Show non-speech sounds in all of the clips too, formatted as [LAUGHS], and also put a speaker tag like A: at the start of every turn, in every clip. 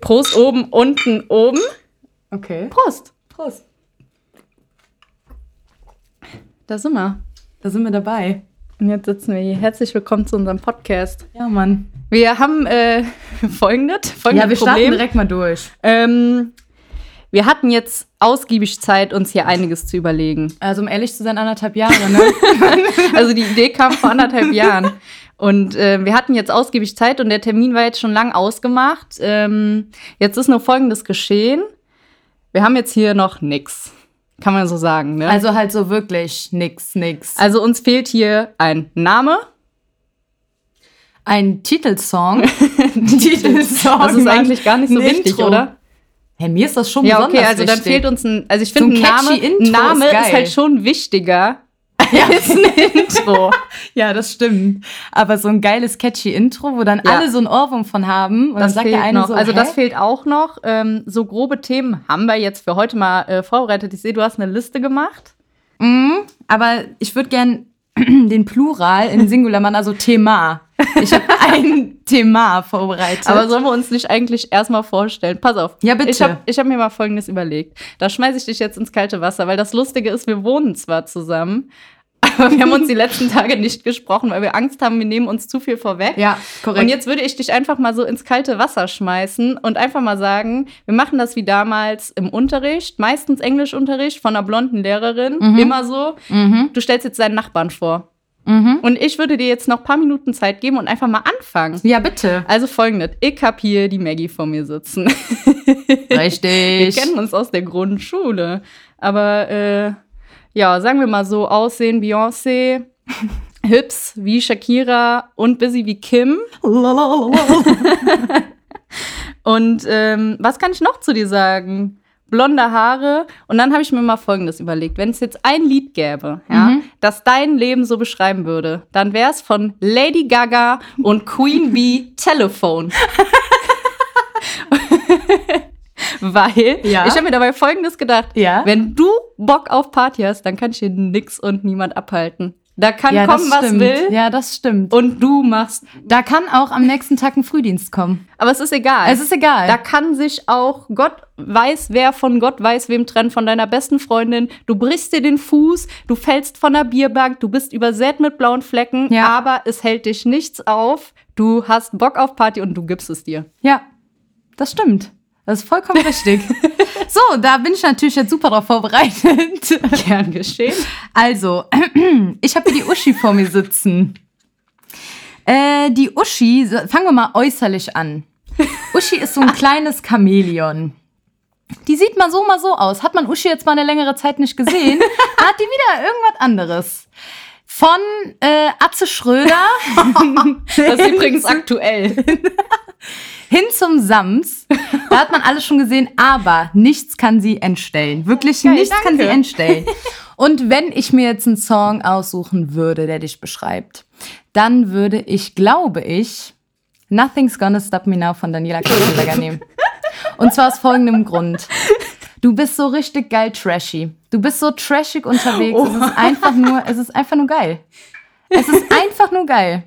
A: Prost oben, unten, oben.
B: Okay.
A: Prost.
B: Prost.
A: Da sind wir.
B: Da sind wir dabei.
A: Und jetzt sitzen wir hier. Herzlich willkommen zu unserem Podcast.
B: Ja, Mann.
A: Wir haben äh, [LAUGHS] folgendes, folgendes
B: ja, wir starten
A: Problem.
B: direkt mal durch.
A: Ähm, wir hatten jetzt ausgiebig Zeit, uns hier einiges zu überlegen.
B: [LAUGHS] Also, um ehrlich zu sein, anderthalb Jahre,
A: [LAUGHS]
B: ne?
A: Also die Idee kam vor anderthalb Jahren. Und äh, wir hatten jetzt ausgiebig Zeit und der Termin war jetzt schon lang ausgemacht. Ähm, jetzt ist nur Folgendes geschehen. Wir haben jetzt hier noch nix. Kann man so sagen, ne?
B: also, halt so wirklich nix, nix.
A: also uns fehlt hier ein Name. [LAUGHS]
B: Ein Titelsong. [LAUGHS] Titelsong.
A: Das Also, ist
B: Mann.
A: eigentlich gar nicht so
B: Ein
A: wichtig,
B: Intro.
A: oder?
B: Hey, mir ist das schon
A: Ja, okay,
B: besonders
A: also dann
B: wichtig.
A: fehlt uns ein. Also ich
B: ein
A: finde, ein
B: catchy
A: Name,
B: Intro
A: ein Name
B: ist
A: ist,
B: geil.
A: halt schon
B: [LAUGHS]
A: wichtiger
B: Ja.
A: als ein [LAUGHS] Intro.
B: Ja, das stimmt. Aber so ein geiles, catchy Intro, wo dann
A: Ja.
B: alle so ein Ohrwurm von haben. Und dann
A: Das
B: sagt
A: fehlt
B: der eine
A: noch.
B: so,
A: also
B: hä?
A: das fehlt auch noch. Ähm, so grobe Themen haben wir jetzt für heute mal äh, vorbereitet. Ich sehe, du hast eine Liste gemacht.
B: Mhm, aber ich würde gern [CLEARS THROAT] den Plural in Singular machen, also Thema.
A: [LAUGHS]
B: Ich habe ein Thema vorbereitet.
A: Aber sollen wir uns nicht eigentlich erstmal vorstellen? Pass auf.
B: Ja, bitte.
A: Ich habe ich hab mir mal Folgendes überlegt. Da schmeiße ich dich jetzt ins kalte Wasser, weil das Lustige ist, wir wohnen zwar zusammen, [LAUGHS] aber wir haben uns die letzten Tage nicht gesprochen, weil wir Angst haben, wir nehmen uns zu viel vorweg.
B: ja, korrekt.
A: Und jetzt würde ich dich einfach mal so ins kalte Wasser schmeißen und einfach mal sagen, wir machen das wie damals im Unterricht, meistens Englischunterricht von einer blonden Lehrerin, immer so. Du stellst jetzt deinen Nachbarn vor. Und ich würde dir jetzt noch ein paar Minuten Zeit geben und einfach mal anfangen.
B: ja, bitte.
A: Also folgendes, ich hab hier die Maggie vor mir sitzen. Wir
B: Richtig.
A: kennen uns aus der Grundschule. Aber äh, ja, sagen wir mal so, Aussehen Beyoncé, [LAUGHS] Hips wie Shakira und busy wie Kim. Und ähm, was kann ich noch zu dir sagen? Blonde Haare. Und dann habe ich mir mal Folgendes überlegt. Wenn es jetzt ein Lied gäbe, ja,
B: Mhm.
A: das dein Leben so beschreiben würde, dann wäre es von Lady Gaga und Queen Bee Telephone. [LAUGHS] Weil
B: Ja.
A: ich habe mir dabei Folgendes gedacht.
B: Ja.
A: Wenn du Bock auf Party hast, dann kann ich hier nix und niemand abhalten. Da kann
B: ja,
A: kommen,
B: das
A: was
B: stimmt.
A: will.
B: Ja, das stimmt.
A: Und du machst.
B: Da kann auch am nächsten Tag ein Frühdienst kommen.
A: Aber es ist egal.
B: Es ist egal.
A: Da kann sich auch Gott weiß, wer von Gott weiß, wem trennt, von deiner besten Freundin. Du brichst dir den Fuß, du fällst von der Bierbank, du bist übersät mit blauen Flecken,
B: Ja.
A: aber es hält dich nichts auf. Du hast Bock auf Party und du gibst es dir.
B: ja, das stimmt. Das ist
A: [LAUGHS]
B: vollkommen richtig. so, da bin ich natürlich jetzt super drauf vorbereitet.
A: Gern geschehen.
B: Also, [CLEARS THROAT] ich habe hier die Uschi vor mir sitzen. Äh, die Uschi, so- fangen wir mal äußerlich an. Uschi ist so ein kleines Chamäleon. Die sieht mal so, mal so aus. Hat man Uschi jetzt mal eine längere Zeit nicht gesehen, hat die wieder irgendwas anderes. Von äh, Atze Schröder
A: Das ist übrigens aktuell.
B: hin zum Sams. Da hat man alles schon gesehen, aber nichts kann sie entstellen. Wirklich
A: Geil,
B: nichts kann
A: danke.
B: sie entstellen. Und wenn ich mir jetzt einen Song aussuchen würde, der dich beschreibt, dann würde ich, glaube ich, Nothing's Gonna Stop Me Now von Daniela Katzenberger nehmen. Und zwar aus folgendem Grund. Du bist so richtig geil trashy. Du bist so trashig unterwegs. Es
A: Oh.
B: ist einfach nur, es ist einfach nur geil. Es ist einfach nur geil.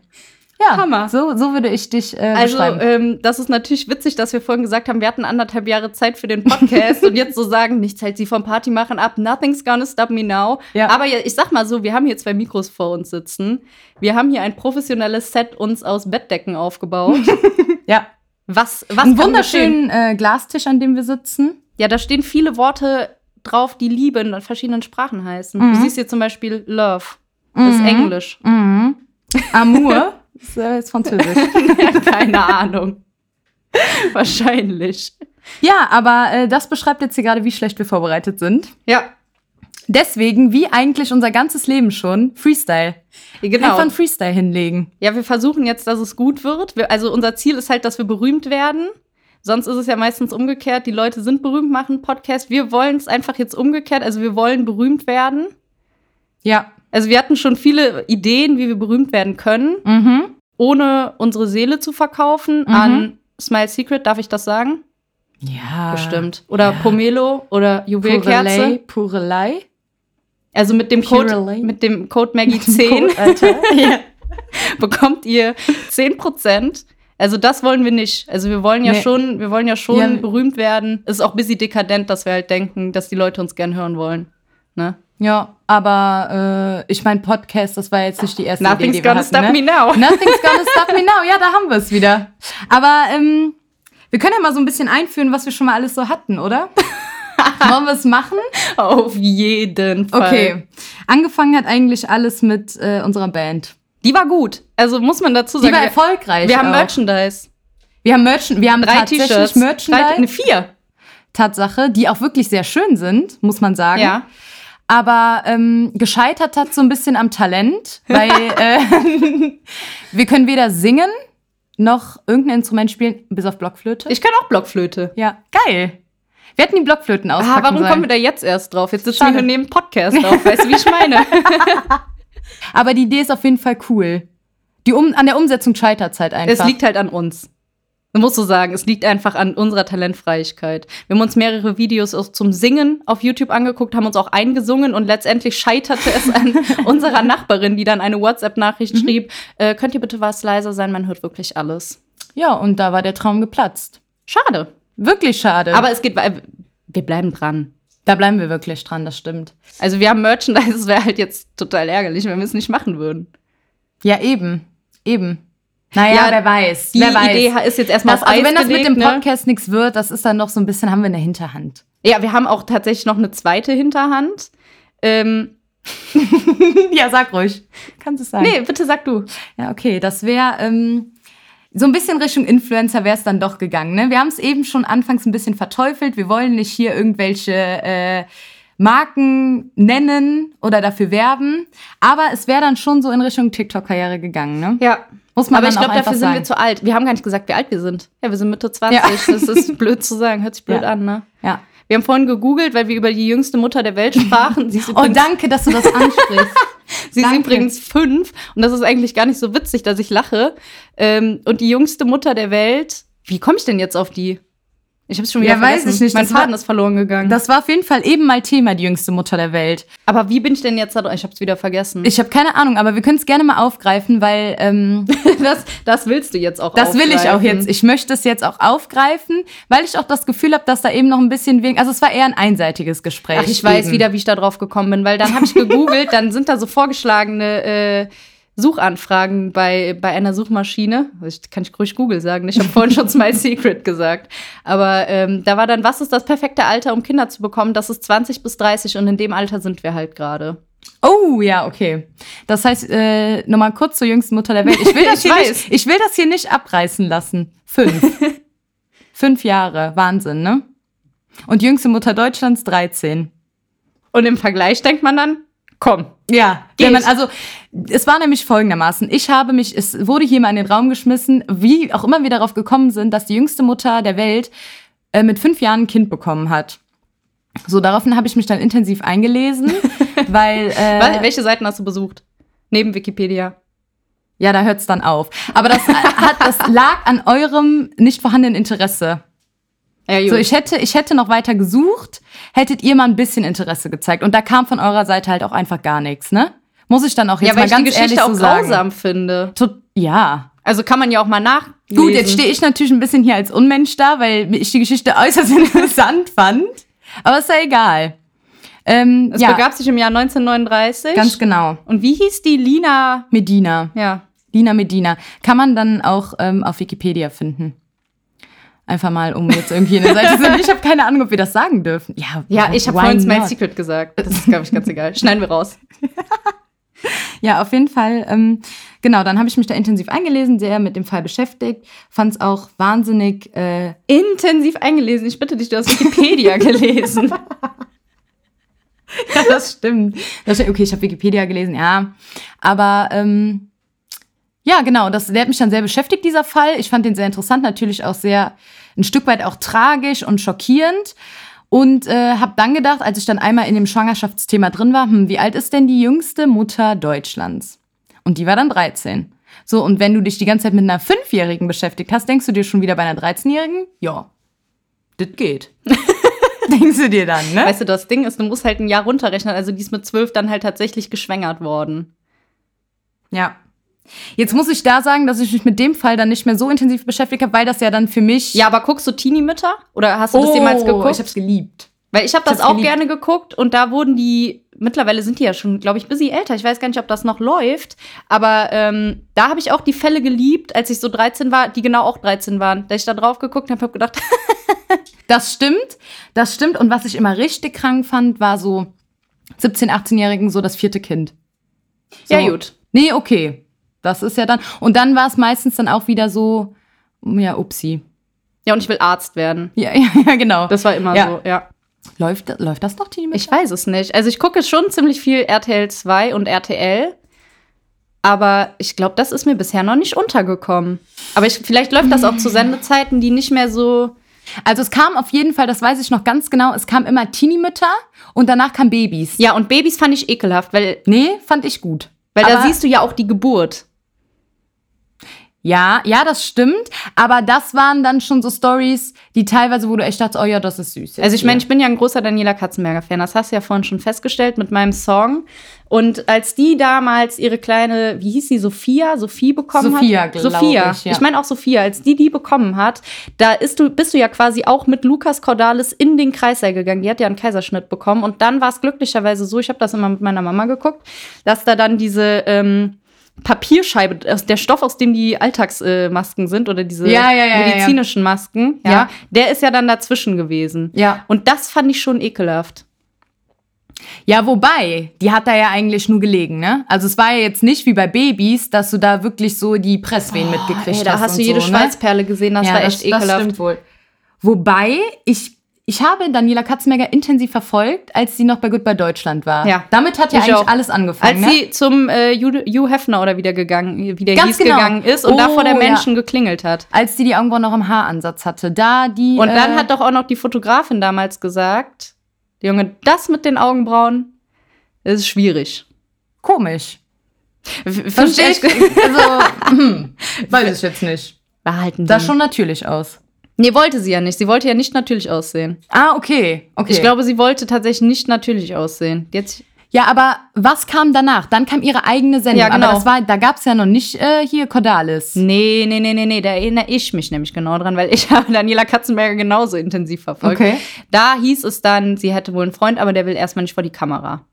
B: Ja,
A: Hammer.
B: So, so würde ich dich äh,
A: Also,
B: beschreiben.
A: ähm, das ist natürlich witzig, dass wir vorhin gesagt haben, wir hatten anderthalb Jahre Zeit für den
B: [LAUGHS]
A: Podcast und jetzt so sagen, nichts hält sie vom Party machen ab, nothing's gonna stop me now.
B: Ja.
A: Aber ja, ich sag mal so, wir haben hier zwei Mikros vor uns sitzen. Wir haben hier ein professionelles Set uns aus Bettdecken
B: [LAUGHS]
A: aufgebaut.
B: ja.
A: Was, was
B: Einen
A: kann geschehen?
B: wunderschönen äh, Glastisch, an dem wir sitzen.
A: Ja, da stehen viele Worte drauf, die Liebe in verschiedenen Sprachen heißen.
B: Mhm.
A: Du siehst hier zum Beispiel Love. Das ist Englisch.
B: [LAUGHS] Amour. ist, äh, ist französisch.
A: Keine
B: [LAUGHS]
A: Ahnung. Wahrscheinlich.
B: ja, aber äh, das beschreibt jetzt hier gerade, wie schlecht wir vorbereitet sind.
A: Ja,
B: Deswegen, wie eigentlich unser ganzes Leben schon, Freestyle.
A: genau.
B: Einfach ein Freestyle hinlegen.
A: Ja, wir versuchen jetzt, dass es gut wird. Wir, also unser Ziel ist halt, dass wir berühmt werden. Sonst ist es ja meistens umgekehrt. Die Leute sind berühmt, machen Podcast. Wir wollen es einfach jetzt umgekehrt. Also wir wollen berühmt werden.
B: Ja.
A: Also wir hatten schon viele Ideen, wie wir berühmt werden können,
B: Mhm.
A: ohne unsere Seele zu verkaufen an Smile Secret, darf ich das sagen? Ah,
B: Ja.
A: Bestimmt. Oder Pomelo oder
B: Purelei.
A: Juwelkerze.
B: Purelei.
A: Also mit dem Code,
B: Purelei.
A: mit dem [LAUGHS] Code Maggie 10
B: Alter.
A: bekommt ihr 10%. Also das wollen wir nicht. Also wir wollen ja
B: Nee.
A: schon, wir wollen ja schon
B: Ja.
A: berühmt werden. Es ist auch ein bisschen dekadent, dass wir halt denken, dass die Leute uns gern hören wollen. Ne?
B: [LAUGHS] Ja, aber äh, ich mein Podcast, das war jetzt nicht die erste Idee,
A: Nothing's
B: die wir
A: gonna
B: hatten,
A: stop
B: ne?
A: me now.
B: [LAUGHS] Nothing's gonna stop me now. Ja, da haben wir es wieder. Aber ähm, wir können ja mal so ein bisschen einführen, was wir schon mal alles so hatten, oder?
A: [LAUGHS]
B: Wollen wir es machen?
A: Auf jeden Fall.
B: Okay. Angefangen hat eigentlich alles mit äh, unserer Band.
A: Die war gut. Also muss man dazu
B: Die
A: sagen.
B: war
A: wir-
B: erfolgreich.
A: wir haben
B: auch.
A: Merchandise.
B: Wir haben Merchan wir haben
A: Drei
B: tatsächlich
A: T-Shirts. Drei-
B: Merchandise.
A: Ne, vier.
B: Tatsache, die auch wirklich sehr schön sind, muss man sagen.
A: Ja.
B: Aber ähm, gescheitert hat so ein bisschen
A: [LAUGHS]
B: am Talent, weil äh, [LAUGHS] wir können weder singen noch irgendein Instrument spielen, bis auf Blockflöte.
A: Ich kann auch Blockflöte.
B: ja, geil. Wir hätten die Blockflöten auspacken
A: Ah, warum
B: sollen.
A: kommen wir da jetzt erst drauf? Jetzt sitzen wir
B: Schade.
A: hier neben [LAUGHS] Podcast auf. Weißt du, wie ich meine?
B: Aber die Idee ist auf jeden Fall cool. Die um an der Umsetzung scheitert es halt einfach.
A: Es liegt halt an uns. Man muss so sagen, es liegt einfach an unserer Talentfreigkeit. Wir haben uns mehrere Videos auch zum Singen auf YouTube angeguckt, haben uns auch eingesungen und letztendlich scheiterte es [LAUGHS] an unserer Nachbarin, die dann eine WhatsApp-Nachricht schrieb: äh, Könnt ihr bitte was leiser sein? Man hört wirklich alles.
B: ja, und da war der Traum geplatzt.
A: Schade.
B: Wirklich schade.
A: Aber es geht wei- Wir bleiben dran.
B: da bleiben wir wirklich dran, das stimmt.
A: Also, wir haben Merchandise, es wäre halt jetzt total ärgerlich, wenn wir es nicht machen würden.
B: Ja, eben. Eben.
A: Ja,
B: Naja, wer weiß.
A: Die
B: wer weiß.
A: Idee ist jetzt erstmal
B: Das,
A: auf Eis
B: also wenn das mit
A: gelegt,
B: dem
A: ne?
B: Podcast nichts wird, das ist dann noch so ein bisschen, haben wir in
A: [LAUGHS]
B: der Hinterhand.
A: Ja, wir haben auch tatsächlich noch eine zweite Hinterhand. Ähm,
B: ja, sag ruhig. Kannst es sagen.
A: nee, bitte sag du.
B: Ja, okay, das wäre ähm, so ein bisschen Richtung Influencer wäre es dann doch gegangen. Ne? Wir haben es eben schon anfangs ein bisschen verteufelt. Wir wollen nicht hier irgendwelche äh, Marken nennen oder dafür werben. Aber es wäre dann schon so in Richtung TikTok-Karriere gegangen. Ne?
A: Ja.
B: Muss man
A: Aber
B: dann
A: ich
B: auch
A: glaube, dafür
B: einfach
A: sind
B: sagen.
A: wir zu alt. Wir haben gar nicht gesagt, wie alt wir sind. Ja, wir sind Mitte 20.
B: Ja.
A: Das
B: [LAUGHS]
A: ist blöd zu sagen. Hört sich blöd
B: Ja.
A: an, ne?
B: ja.
A: Wir haben vorhin gegoogelt, weil wir über die jüngste Mutter der
B: [LAUGHS]
A: Welt sprachen. Sie ist
B: Oh,
A: übrigens,
B: danke, dass
A: [LAUGHS]
B: du das ansprichst.
A: sie ist
B: danke.
A: übrigens fünf. Und das ist eigentlich gar nicht so witzig, dass ich lache. Ähm, und die jüngste Mutter der Welt. Wie komme ich denn jetzt auf die? Ich habe es schon wieder
B: Ja, weiß
A: vergessen.
B: ich nicht.
A: Mein
B: Das war-
A: Faden ist verloren gegangen.
B: das war auf jeden Fall eben mal Thema, die jüngste Mutter der Welt.
A: Aber wie bin ich denn jetzt da drauf? Ich habe es wieder vergessen.
B: Ich habe keine Ahnung, aber wir können es gerne mal aufgreifen, weil ähm,
A: das, das willst du jetzt auch
B: Das will ich auch
A: aufgreifen.
B: jetzt. Ich möchte es jetzt auch aufgreifen, weil ich auch das Gefühl habe, dass da eben noch ein bisschen wegen. Also es war eher ein einseitiges Gespräch.
A: Ach, ich weiß
B: eben.
A: wieder, wie ich da drauf gekommen bin, weil dann habe ich gegoogelt, dann sind da so vorgeschlagene äh, Suchanfragen bei, bei einer Suchmaschine. Also Ich, kann ich ruhig Google sagen, ich habe vorhin schon My Secret gesagt. Aber ähm, da war dann, was ist das perfekte Alter, um Kinder zu bekommen? Das ist 20 bis 30 und in dem Alter sind wir halt gerade.
B: Oh ja, okay. Das heißt, äh, nochmal kurz zur jüngsten Mutter der Welt.
A: [LAUGHS]
B: Ich will das
A: Ich
B: hier,
A: weiß.
B: nicht, ich will das hier nicht abreißen lassen.
A: [LAUGHS]
B: Fünf. Fünf Jahre. Wahnsinn, ne? Und jüngste Mutter Deutschlands 13.
A: Und im Vergleich denkt man dann, komm.
B: Ja, wenn man,
A: ich.
B: also es war nämlich folgendermaßen. Ich habe mich, es wurde hier mal in den Raum geschmissen, wie auch immer wir darauf gekommen sind, dass die jüngste Mutter der Welt äh, mit fünf Jahren ein Kind bekommen hat. So, daraufhin habe ich mich dann intensiv
A: [LAUGHS]
B: eingelesen, weil, äh,
A: Wel- Welche Seiten hast du besucht? Neben Wikipedia.
B: ja, da hört es dann auf. Aber das, äh, hat, das lag an eurem nicht vorhandenen Interesse.
A: Ja,
B: So,
A: gut.
B: ich hätte, ich hätte noch weiter gesucht, hättet ihr mal ein bisschen Interesse gezeigt. Und da kam von eurer Seite halt auch einfach gar nichts, ne? Muss ich dann auch jetzt
A: ja, weil
B: mal
A: ich die
B: ganz ehrlich
A: Geschichte
B: so
A: auch
B: sagen.
A: grausam finde.
B: To- ja,
A: Also kann man ja auch mal nachlesen.
B: Gut, jetzt stehe ich natürlich ein bisschen hier als Unmensch da, weil ich die Geschichte äußerst [LAUGHS] interessant fand. Aber ist ja egal. Ähm,
A: Es
B: ja,
A: begab sich im Jahr 1939.
B: ganz genau.
A: Und wie hieß die Lina?
B: Medina.
A: Ja.
B: Lina Medina. Kann man dann auch ähm, auf Wikipedia finden. Einfach mal, um jetzt irgendwie
A: [LAUGHS]
B: eine Seite zu Ich habe keine Ahnung, ob wir das sagen dürfen. Ja,
A: Ja, ich habe
B: why
A: vorhin Smile
B: not?
A: Secret gesagt. Das ist, glaube ich, ganz [LAUGHS] egal. Schneiden wir raus.
B: Ja, auf jeden Fall. Ähm, genau, dann habe ich mich da intensiv eingelesen, sehr mit dem Fall beschäftigt. Fand es auch wahnsinnig äh,
A: Intensiv eingelesen. Ich bitte dich, du hast [LAUGHS] Wikipedia gelesen.
B: Ja, [LAUGHS] das stimmt. Das stimmt. Okay, ich habe Wikipedia gelesen, ja. Aber ähm, ja, genau, das, der hat mich dann sehr beschäftigt, dieser Fall. Ich fand den sehr interessant, natürlich auch sehr, ein Stück weit auch tragisch und schockierend. Und äh, habe dann gedacht, als ich dann einmal in dem Schwangerschaftsthema drin war, hm, wie alt ist denn die jüngste Mutter Deutschlands? Und die war dann 13. So, und wenn du dich die ganze Zeit mit einer Fünfjährigen beschäftigt hast, denkst du dir schon wieder bei einer 13-Jährigen, ja, das geht. denkst du dir dann, ne?
A: Weißt du, das Ding ist, du musst halt ein Jahr runterrechnen. Also die ist mit zwölf dann halt tatsächlich geschwängert worden.
B: Ja. Jetzt muss ich da sagen, dass ich mich mit dem Fall dann nicht mehr so intensiv beschäftigt habe, weil das ja dann für mich. Oh,
A: Ja, aber guckst du Teenie-Mütter? Oder hast du das jemals geguckt?
B: Ich hab's geliebt.
A: Weil Oh, ich habe das
B: hab's
A: auch
B: geliebt.
A: gerne geguckt und da wurden die, mittlerweile sind die ja schon, glaube ich, ein bisschen älter. Ich weiß gar nicht, ob das noch läuft. Aber ähm, da habe ich auch die Fälle geliebt, als ich so 13 war, die genau auch 13 waren. Da ich da drauf geguckt habe, habe gedacht, [LAUGHS]
B: Das stimmt, das stimmt. Und was ich immer richtig krank fand, war so 17-, 18-Jährigen so das vierte Kind. So.
A: ja gut.
B: Nee, okay. Das ist ja dann. Und dann war es meistens dann auch wieder so, ja, upsi.
A: Ja, und ich will Arzt werden.
B: Ja, [LAUGHS] ja, ja genau.
A: Das war immer
B: Ja.
A: so, ja.
B: läuft, läuft das doch, Team?
A: Ich weiß es nicht. Also ich gucke schon ziemlich viel RTL 2 und RTL. Aber ich glaube, das ist mir bisher noch nicht untergekommen. Aber ich, vielleicht läuft das auch zu Sendezeiten, die nicht mehr so.
B: Also es kam auf jeden Fall, das weiß ich noch ganz genau, es kam immer Teenie-Mütter und danach kamen Babys.
A: Ja, und Babys fand ich ekelhaft, weil,
B: Nee, fand ich gut.
A: weil da
B: Aber-
A: siehst du ja auch die Geburt.
B: Ja, ja, das stimmt. Aber das waren dann schon so Stories, die teilweise, wo du echt dachtest, oh ja, das ist süß. jetzt
A: Also ich meine,
B: hier.
A: ich bin ja ein großer Daniela Katzenberger-Fan. Das hast du ja vorhin schon festgestellt mit meinem Song. Und als die damals ihre kleine, wie hieß sie, Sophia, Sophie bekommen
B: Sophia,
A: hat.
B: glaub
A: Sophia,
B: ich, ja.
A: Ich meine auch Sophia, als die die bekommen hat, da ist du, bist du ja quasi auch mit Lukas Cordalis in den Kreißsaal gegangen. Die hat ja einen Kaiserschnitt bekommen. Und dann war es glücklicherweise so, ich habe das immer mit meiner Mama geguckt, dass da dann diese ähm, Papierscheibe, aus- der Stoff, aus dem die Alltagsmasken äh, sind oder diese
B: Ja, ja, ja, ja, ja.
A: medizinischen Masken,
B: Ja.
A: ja, der ist ja dann dazwischen gewesen.
B: Ja.
A: Und das fand ich schon ekelhaft.
B: ja, wobei, die hat da ja eigentlich nur gelegen, ne? Also es war ja jetzt nicht wie bei Babys, dass du da wirklich so die Presswehen mitgekriegt
A: Oh, da
B: hast.
A: hast du
B: und
A: jede
B: so, ne?
A: Schweißperle gesehen, das war echt ekelhaft.
B: wohl. Wobei, ich, ich habe Daniela Katzenberger intensiv verfolgt, als sie noch bei Goodbye Deutschland war.
A: Ja.
B: Damit hat ja
A: Ich
B: eigentlich
A: auch.
B: alles angefangen.
A: Als
B: ne?
A: sie zum äh, Ju- Hugh Hefner oder wie der, gegangen, wie der hieß,
B: Ganz genau.
A: gegangen ist und da
B: Oh,
A: vor der
B: ja.
A: Menschen geklingelt hat.
B: als die die Augenbrauen noch im Haaransatz hatte. Da die.
A: Und dann
B: äh,
A: hat doch auch noch die Fotografin damals gesagt, Junge, das mit den Augenbrauen das ist schwierig.
B: Komisch.
A: Verstehe ich. [LAUGHS]
B: [LAUGHS] Also, hm, weiß ich jetzt nicht.
A: War halt ein
B: Sah
A: Ding.
B: schon natürlich aus.
A: Nee, wollte sie ja nicht. Sie wollte ja nicht natürlich aussehen.
B: Ah, okay. okay.
A: Ich glaube, sie wollte tatsächlich nicht natürlich aussehen. Jetzt,
B: Ja, aber was kam danach? Dann kam ihre eigene Sendung.
A: Ja, genau.
B: Aber das war, da gab es ja noch nicht äh, hier Cordalis.
A: Nee, nee, nee, nee, nee, da erinnere ich mich nämlich genau dran, weil ich [LAUGHS] habe Daniela Katzenberger genauso intensiv verfolgt.
B: Okay.
A: Da hieß es dann, sie hätte wohl einen Freund, aber der will erstmal nicht vor die Kamera.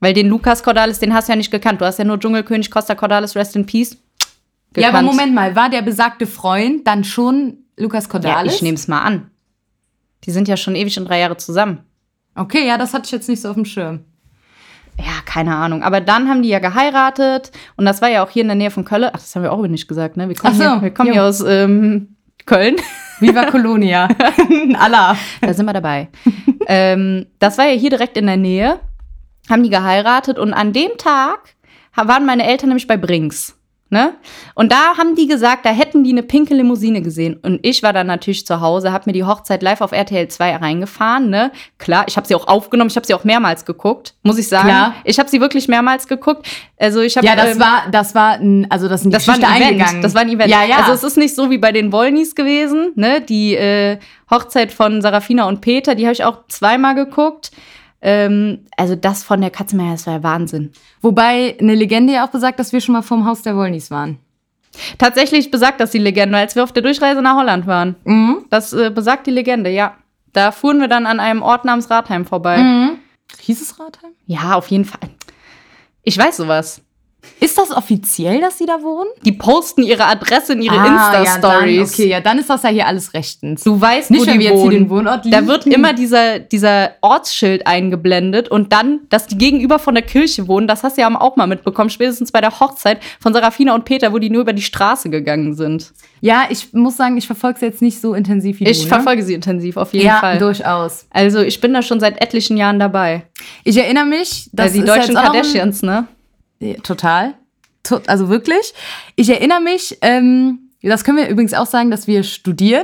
A: Weil den Lukas Cordalis, den hast du ja nicht gekannt. Du hast ja nur Dschungelkönig Costa Cordalis, Rest in Peace.
B: Ja,
A: gekannt.
B: aber Moment mal, war der besagte Freund dann schon Lukas
A: Ja,
B: Cordalis?
A: ich nehme es mal an. Die sind ja schon ewig und drei Jahre zusammen.
B: Okay, ja, das hatte ich jetzt nicht so auf dem Schirm.
A: Ja, keine Ahnung. Aber dann haben die ja geheiratet und das war ja auch hier in der Nähe von Köln. Ach, das haben wir auch nicht gesagt, ne? Wir kommen,
B: Ach so,
A: hier, wir kommen hier
B: jo.
A: aus ähm, Köln.
B: Viva
A: [LAUGHS]
B: Colonia. Allah.
A: Da sind wir dabei. [LAUGHS] ähm, das war ja hier direkt in der Nähe. Haben die geheiratet und an dem Tag ha- waren meine Eltern nämlich bei Brings. Ne? Und da haben die gesagt, da hätten die eine pinke Limousine gesehen. Und ich war dann natürlich zu Hause, habe mir die Hochzeit live auf RTL 2 reingefahren. Ne? Klar, ich habe sie auch aufgenommen, ich habe sie auch mehrmals geguckt, muss ich sagen.
B: Klar.
A: Ich habe sie wirklich mehrmals geguckt. Also ich habe
B: Ja, das
A: ähm,
B: war, das war ein, also das ist in die
A: das war ein
B: Geschichte
A: Event.
B: eingegangen.
A: Das war ein Event.
B: Ja, ja.
A: Also es ist nicht so wie bei den Wollnies gewesen, ne? Die äh, Hochzeit von Sarafina und Peter, die habe ich auch zweimal geguckt. Ähm, also das von der Katzenmeier, das war ja Wahnsinn.
B: Wobei eine Legende ja auch besagt, dass wir schon mal vorm Haus der Wollnies waren.
A: Tatsächlich besagt das die Legende, als wir auf der Durchreise nach Holland waren.
B: Mhm.
A: Das äh, besagt die Legende, ja. Da fuhren wir dann an einem Ort namens Ratheim vorbei.
B: Mhm. Hieß es Ratheim?
A: Ja, auf jeden Fall. Ich weiß sowas.
B: Ist das offiziell, dass sie da wohnen?
A: Die posten ihre Adresse in ihre Insta-Stories.
B: Ah, Ja, dann- okay, ja, dann ist das ja hier alles rechtens.
A: Du weißt,
B: Nicht,
A: wo
B: weil
A: die
B: wir jetzt hier
A: wohnen.
B: den Wohnort
A: Da
B: liegen.
A: wird immer dieser, dieser Ortsschild eingeblendet und dann, dass die gegenüber von der Kirche wohnen, das hast du ja auch mal mitbekommen, spätestens bei der Hochzeit von Serafina und Peter, wo die nur über die Straße gegangen sind.
B: ja, ich muss sagen, ich verfolge es jetzt nicht so intensiv wie du.
A: Ich
B: ne?
A: verfolge sie intensiv, auf jeden
B: ja,
A: Fall.
B: durchaus.
A: Also ich bin da schon seit etlichen Jahren dabei.
B: Ich erinnere mich, dass
A: Weil die
B: ist
A: deutschen
B: jetzt auch noch ein-
A: Kardashians, ne?
B: Ja, Total. To also wirklich. Ich erinnere mich, ähm, das können wir übrigens auch sagen, dass wir studieren.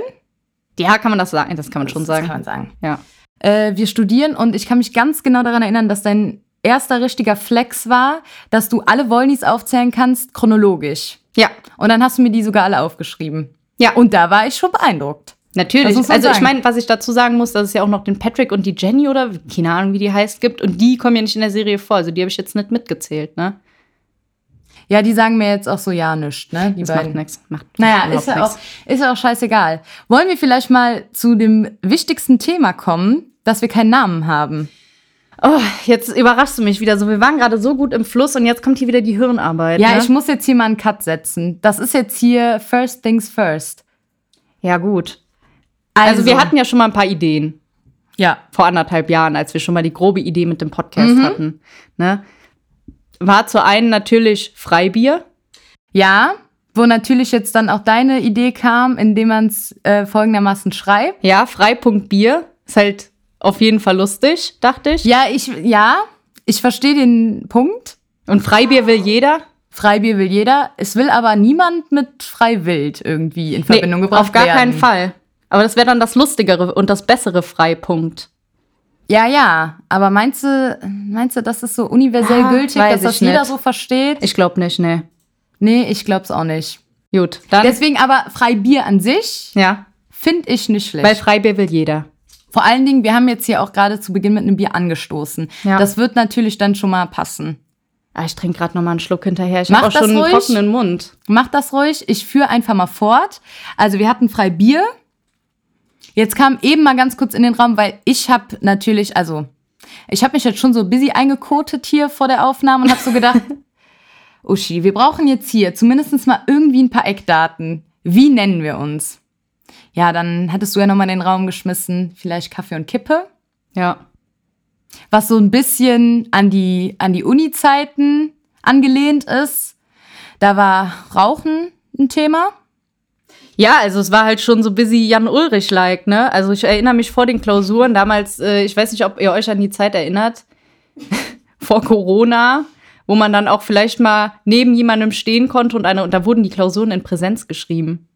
A: Ja, kann man das sagen? Das kann man schon sagen.
B: Das kann man sagen.
A: Ja.
B: Äh, wir studieren und ich kann mich ganz genau daran erinnern, dass dein erster richtiger Flex war, dass du alle Wollnis aufzählen kannst, chronologisch.
A: Ja,
B: Und dann hast du mir die sogar alle aufgeschrieben.
A: Ja.
B: Und da war ich schon beeindruckt. Das
A: Natürlich.
B: muss man
A: Also ich
B: sagen.
A: meine, was ich dazu sagen muss, dass es ja auch noch den Patrick und die Jenny oder keine Ahnung, wie die heißt, gibt. Und die kommen ja nicht in der Serie vor. Also die habe ich jetzt nicht mitgezählt, ne?
B: Ja, die sagen mir jetzt auch so ja nichts, ne? Die
A: Das macht
B: beiden.
A: nichts. Macht
B: Naja,
A: überhaupt
B: ist ja,
A: nix.
B: auch, ist ja auch scheißegal. Wollen wir vielleicht mal zu dem wichtigsten Thema kommen, dass wir keinen Namen haben?
A: Oh, jetzt überraschst du mich wieder so. Wir waren gerade so gut im Fluss und jetzt kommt hier wieder die Hirnarbeit.
B: Ja,
A: ne?
B: ich muss jetzt hier mal einen Cut setzen. Das ist jetzt hier First Things First.
A: ja gut. Also, wir hatten ja schon mal ein paar Ideen
B: Ja.
A: vor anderthalb Jahren, als wir schon mal die grobe Idee mit dem Podcast hatten. Ne? War zur einen natürlich Freibier.
B: Ja, wo natürlich jetzt dann auch deine Idee kam, indem man es äh, folgendermaßen schreibt.
A: Ja, Frei.bier ist halt auf jeden Fall lustig, dachte ich.
B: Ja, ich, ja, ich verstehe den Punkt.
A: Und Freibier will jeder.
B: Freibier will jeder. Es will aber niemand mit Freiwild irgendwie in Verbindung
A: Nee,
B: gebracht
A: auf gar
B: werden.
A: keinen Fall. Aber das wäre dann das lustigere und das bessere Freipunkt.
B: Ja, ja. Aber meinst du, meinst du, das ist so universell
A: Ah,
B: gültig,
A: weiß
B: dass das
A: ich
B: jeder
A: nicht.
B: so versteht?
A: Ich glaube nicht, nee.
B: Nee, ich glaub's auch nicht.
A: Gut, dann.
B: Deswegen aber Freibier an sich
A: ja,
B: finde ich nicht schlecht.
A: weil Freibier will jeder.
B: Vor allen Dingen, wir haben jetzt hier auch gerade zu Beginn mit einem Bier angestoßen.
A: Ja.
B: Das wird natürlich dann schon mal passen.
A: Ah, ich trinke gerade noch mal einen Schluck hinterher. Ich
B: Mach
A: habe auch
B: das
A: schon einen
B: ruhig.
A: trockenen Mund.
B: Mach das ruhig. Ich führe einfach mal fort. Also wir hatten frei Bier. Jetzt kam eben mal ganz kurz in den Raum, weil ich habe natürlich, also ich habe mich jetzt schon so busy eingekotet hier vor der Aufnahme und habe so gedacht, Uschi, wir brauchen jetzt hier zumindest mal irgendwie ein paar Eckdaten. Wie nennen wir uns? Ja, dann hattest du ja nochmal in den Raum geschmissen, vielleicht Kaffee und Kippe.
A: Ja.
B: was so ein bisschen an die, an die Uni-Zeiten angelehnt ist. Da war Rauchen ein Thema.
A: Ja, also es war halt schon so busy Jan Ulrich-like, ne? Also ich erinnere mich vor den Klausuren damals, äh, ich weiß nicht, ob ihr euch an die Zeit erinnert, [LAUGHS] vor Corona, wo man dann auch vielleicht mal neben jemandem stehen konnte und eine, und da wurden die Klausuren in Präsenz geschrieben.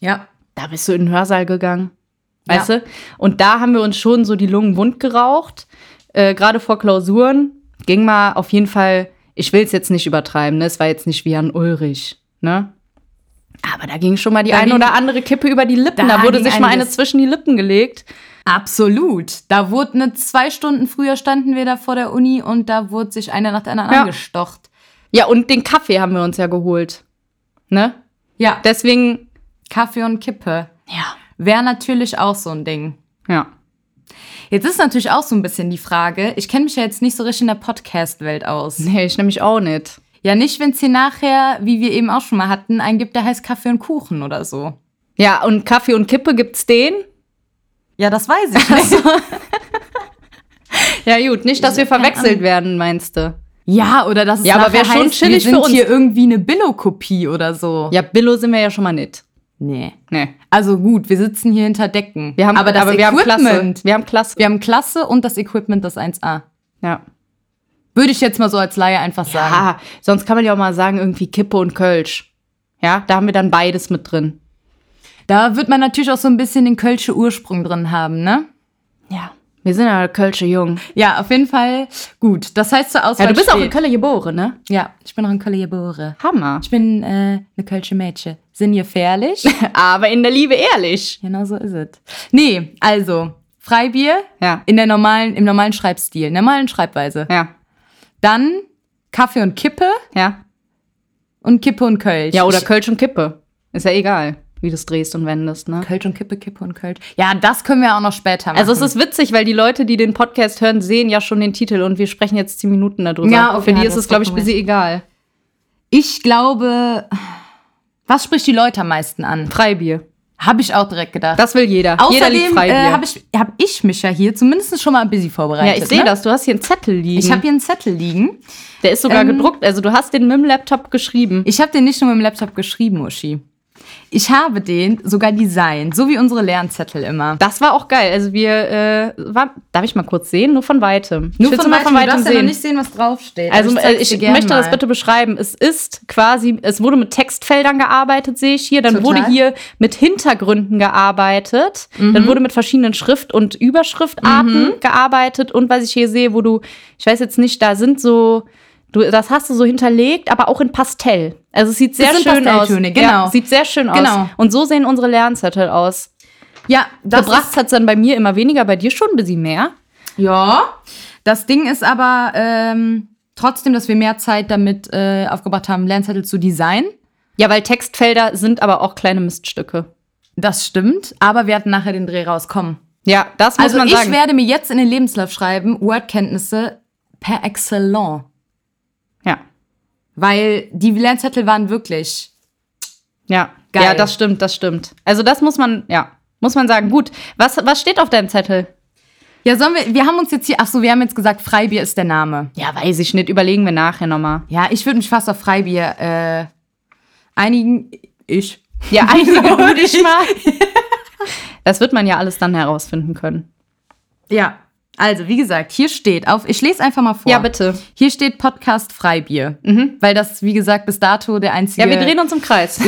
B: Ja.
A: Da bist du in den Hörsaal gegangen.
B: Ja.
A: Weißt du? Und da haben wir uns schon so die Lungen wund geraucht. Äh, Gerade vor Klausuren ging mal auf jeden Fall, ich will es jetzt nicht übertreiben, ne? es war jetzt nicht wie an Ulrich, ne? Aber da ging schon mal die
B: Da
A: eine
B: ging-
A: oder andere Kippe über die Lippen. Da,
B: Da
A: wurde
B: ging
A: sich mal eine
B: einiges.
A: zwischen die Lippen gelegt.
B: Absolut. Da wurde eine zwei Stunden früher standen wir da vor der Uni und da wurde sich einer nach der anderen
A: Ja.
B: angestocht.
A: Ja, und den Kaffee haben wir uns ja geholt. Ne?
B: Ja.
A: Deswegen,
B: Kaffee und Kippe.
A: ja.
B: Wäre natürlich auch so ein Ding.
A: Ja.
B: Jetzt ist natürlich auch so ein bisschen die Frage, ich kenne mich ja jetzt nicht so richtig in der Podcast-Welt aus.
A: Nee, ich nehme mich auch nicht.
B: Ja, nicht, wenn es hier nachher, wie wir eben auch schon mal hatten, einen gibt, der heißt Kaffee und Kuchen oder so.
A: Ja, und Kaffee und Kippe gibt's den?
B: Ja, das weiß [LAUGHS] ich nicht.
A: Ja, gut, nicht, dass wir
B: keine
A: verwechselt werden, meinst du?
B: Ja, oder das ist
A: Ja, aber
B: nachher
A: wär schon
B: heißt,
A: chillig
B: wir sind
A: für uns.
B: hier irgendwie eine Billo-Kopie oder so.
A: Ja, Billo sind wir ja schon mal nicht.
B: Nee.
A: Nee.
B: Also gut, wir sitzen hier hinter Decken.
A: Wir haben,
B: aber das
A: wir haben
B: Equipment,
A: Klasse. Wir haben Klasse.
B: wir haben Klasse und das Equipment das 1A.
A: Ja.
B: Würde ich jetzt mal so als Laie einfach sagen.
A: Ah, sonst kann man ja auch mal sagen, irgendwie Kippe und Kölsch. Ja, da haben wir dann beides mit drin.
B: Da wird man natürlich auch so ein bisschen den Kölsche Ursprung drin haben, ne?
A: Ja. Wir sind ja Kölsche Jung.
B: Ja, auf jeden Fall gut. Das heißt zur Auswahl
A: Ja, du bist auch in
B: steht-
A: Köln geboren, ne?
B: Ja, ich bin auch in Köln geboren.
A: Hammer.
B: Ich bin äh, eine Kölsche Mädchen. Sind
A: [LAUGHS]
B: gefährlich?
A: Aber in der Liebe ehrlich.
B: genau so ist es. Nee, also Freibier
A: Ja.
B: in der normalen, im normalen Schreibstil, in der normalen Schreibweise.
A: Ja.
B: Dann Kaffee und Kippe
A: Ja.
B: und Kippe und Kölsch.
A: Ja, oder
B: Ich-
A: Kölsch und Kippe. Ist ja egal, wie du es drehst und wendest, ne?
B: Kölsch und Kippe, Kippe und Kölsch. Ja, das können wir auch noch später machen.
A: Also es ist witzig, weil die Leute, die den Podcast hören, sehen ja schon den Titel und wir sprechen jetzt zehn Minuten darüber.
B: Ja, okay,
A: Für die
B: ja,
A: ist
B: das
A: es, glaube ich, ein
B: kommt
A: bisschen egal.
B: ich glaube, was spricht die Leute am meisten an?
A: Freibier.
B: Habe ich auch direkt gedacht.
A: Das will jeder. jeder liebt
B: Außerdem
A: Freibier.
B: äh, habe ich, hab ich mich ja hier zumindest schon mal ein bisschen
A: ja,
B: vorbereitet.
A: ich sehe
B: ne?
A: das. Mhm. Du hast hier einen Zettel liegen.
B: Ich habe hier einen Zettel liegen.
A: Der ist sogar
B: ähm,
A: gedruckt. Also du hast den mit dem Laptop geschrieben.
B: Ich habe den nicht nur mit dem Laptop geschrieben, Uschi. Ich habe den sogar designt, so wie unsere Lernzettel immer.
A: Das war auch geil. Also wir äh, waren, darf ich mal kurz sehen? Nur von Weitem. Ich
B: Nur
A: will's
B: von
A: mal
B: weitem, du darfst ja noch nicht sehen, was draufsteht.
A: also
B: aber
A: äh,
B: zeig's
A: ich,
B: dir gern
A: möchte das
B: mal.
A: bitte beschreiben. Es ist quasi, es wurde mit Textfeldern gearbeitet, sehe ich hier. Dann
B: Total. Mhm.
A: wurde hier mit Hintergründen gearbeitet. Dann wurde mit verschiedenen Schrift- und Überschriftarten gearbeitet. Und was ich hier sehe, wo du, ich weiß jetzt nicht, da sind so, du, das hast du so hinterlegt, aber auch in Pastell. Also es sieht sehr
B: sind
A: schön aus.
B: Pastelltöne,
A: Ja,
B: genau.
A: sieht sehr schön aus.
B: Genau.
A: Und so sehen unsere Lernzettel aus.
B: Ja, das
A: Gebracht hat es dann bei mir immer weniger, bei dir schon ein bisschen mehr.
B: Ist, ja, das Ding ist aber ähm, trotzdem, dass wir mehr Zeit damit äh, aufgebracht haben, Lernzettel zu designen.
A: Ja, weil Textfelder sind aber auch kleine Miststücke.
B: Das stimmt, aber wir hatten nachher den Dreh rauskommen.
A: Ja, das muss
B: Also
A: man
B: ich
A: sagen.
B: werde mir jetzt in den Lebenslauf schreiben, Wordkenntnisse per excellence.
A: ja,
B: Weil die Lernzettel waren wirklich.
A: ja.
B: Geil.
A: Ja, das stimmt, das stimmt. Also das muss man, ja, muss man sagen. Gut, was, was steht auf deinem Zettel?
B: Ja, sollen wir, wir haben uns jetzt hier, ach so, wir haben jetzt gesagt, Freibier ist der Name.
A: Ja, weiß ich nicht. Überlegen wir nachher nochmal.
B: Ja, ich würde mich fast auf Freibier äh, einigen. Ich.
A: [LAUGHS] Ja, einige würde ich mal. Das wird man ja alles dann herausfinden können.
B: Ja. Also, wie gesagt, hier steht auf, ich lese einfach mal vor.
A: Ja, bitte.
B: Hier steht Podcast Freibier. Mhm. Weil das, wie gesagt, bis dato der einzige.
A: Ja, wir drehen uns im Kreis.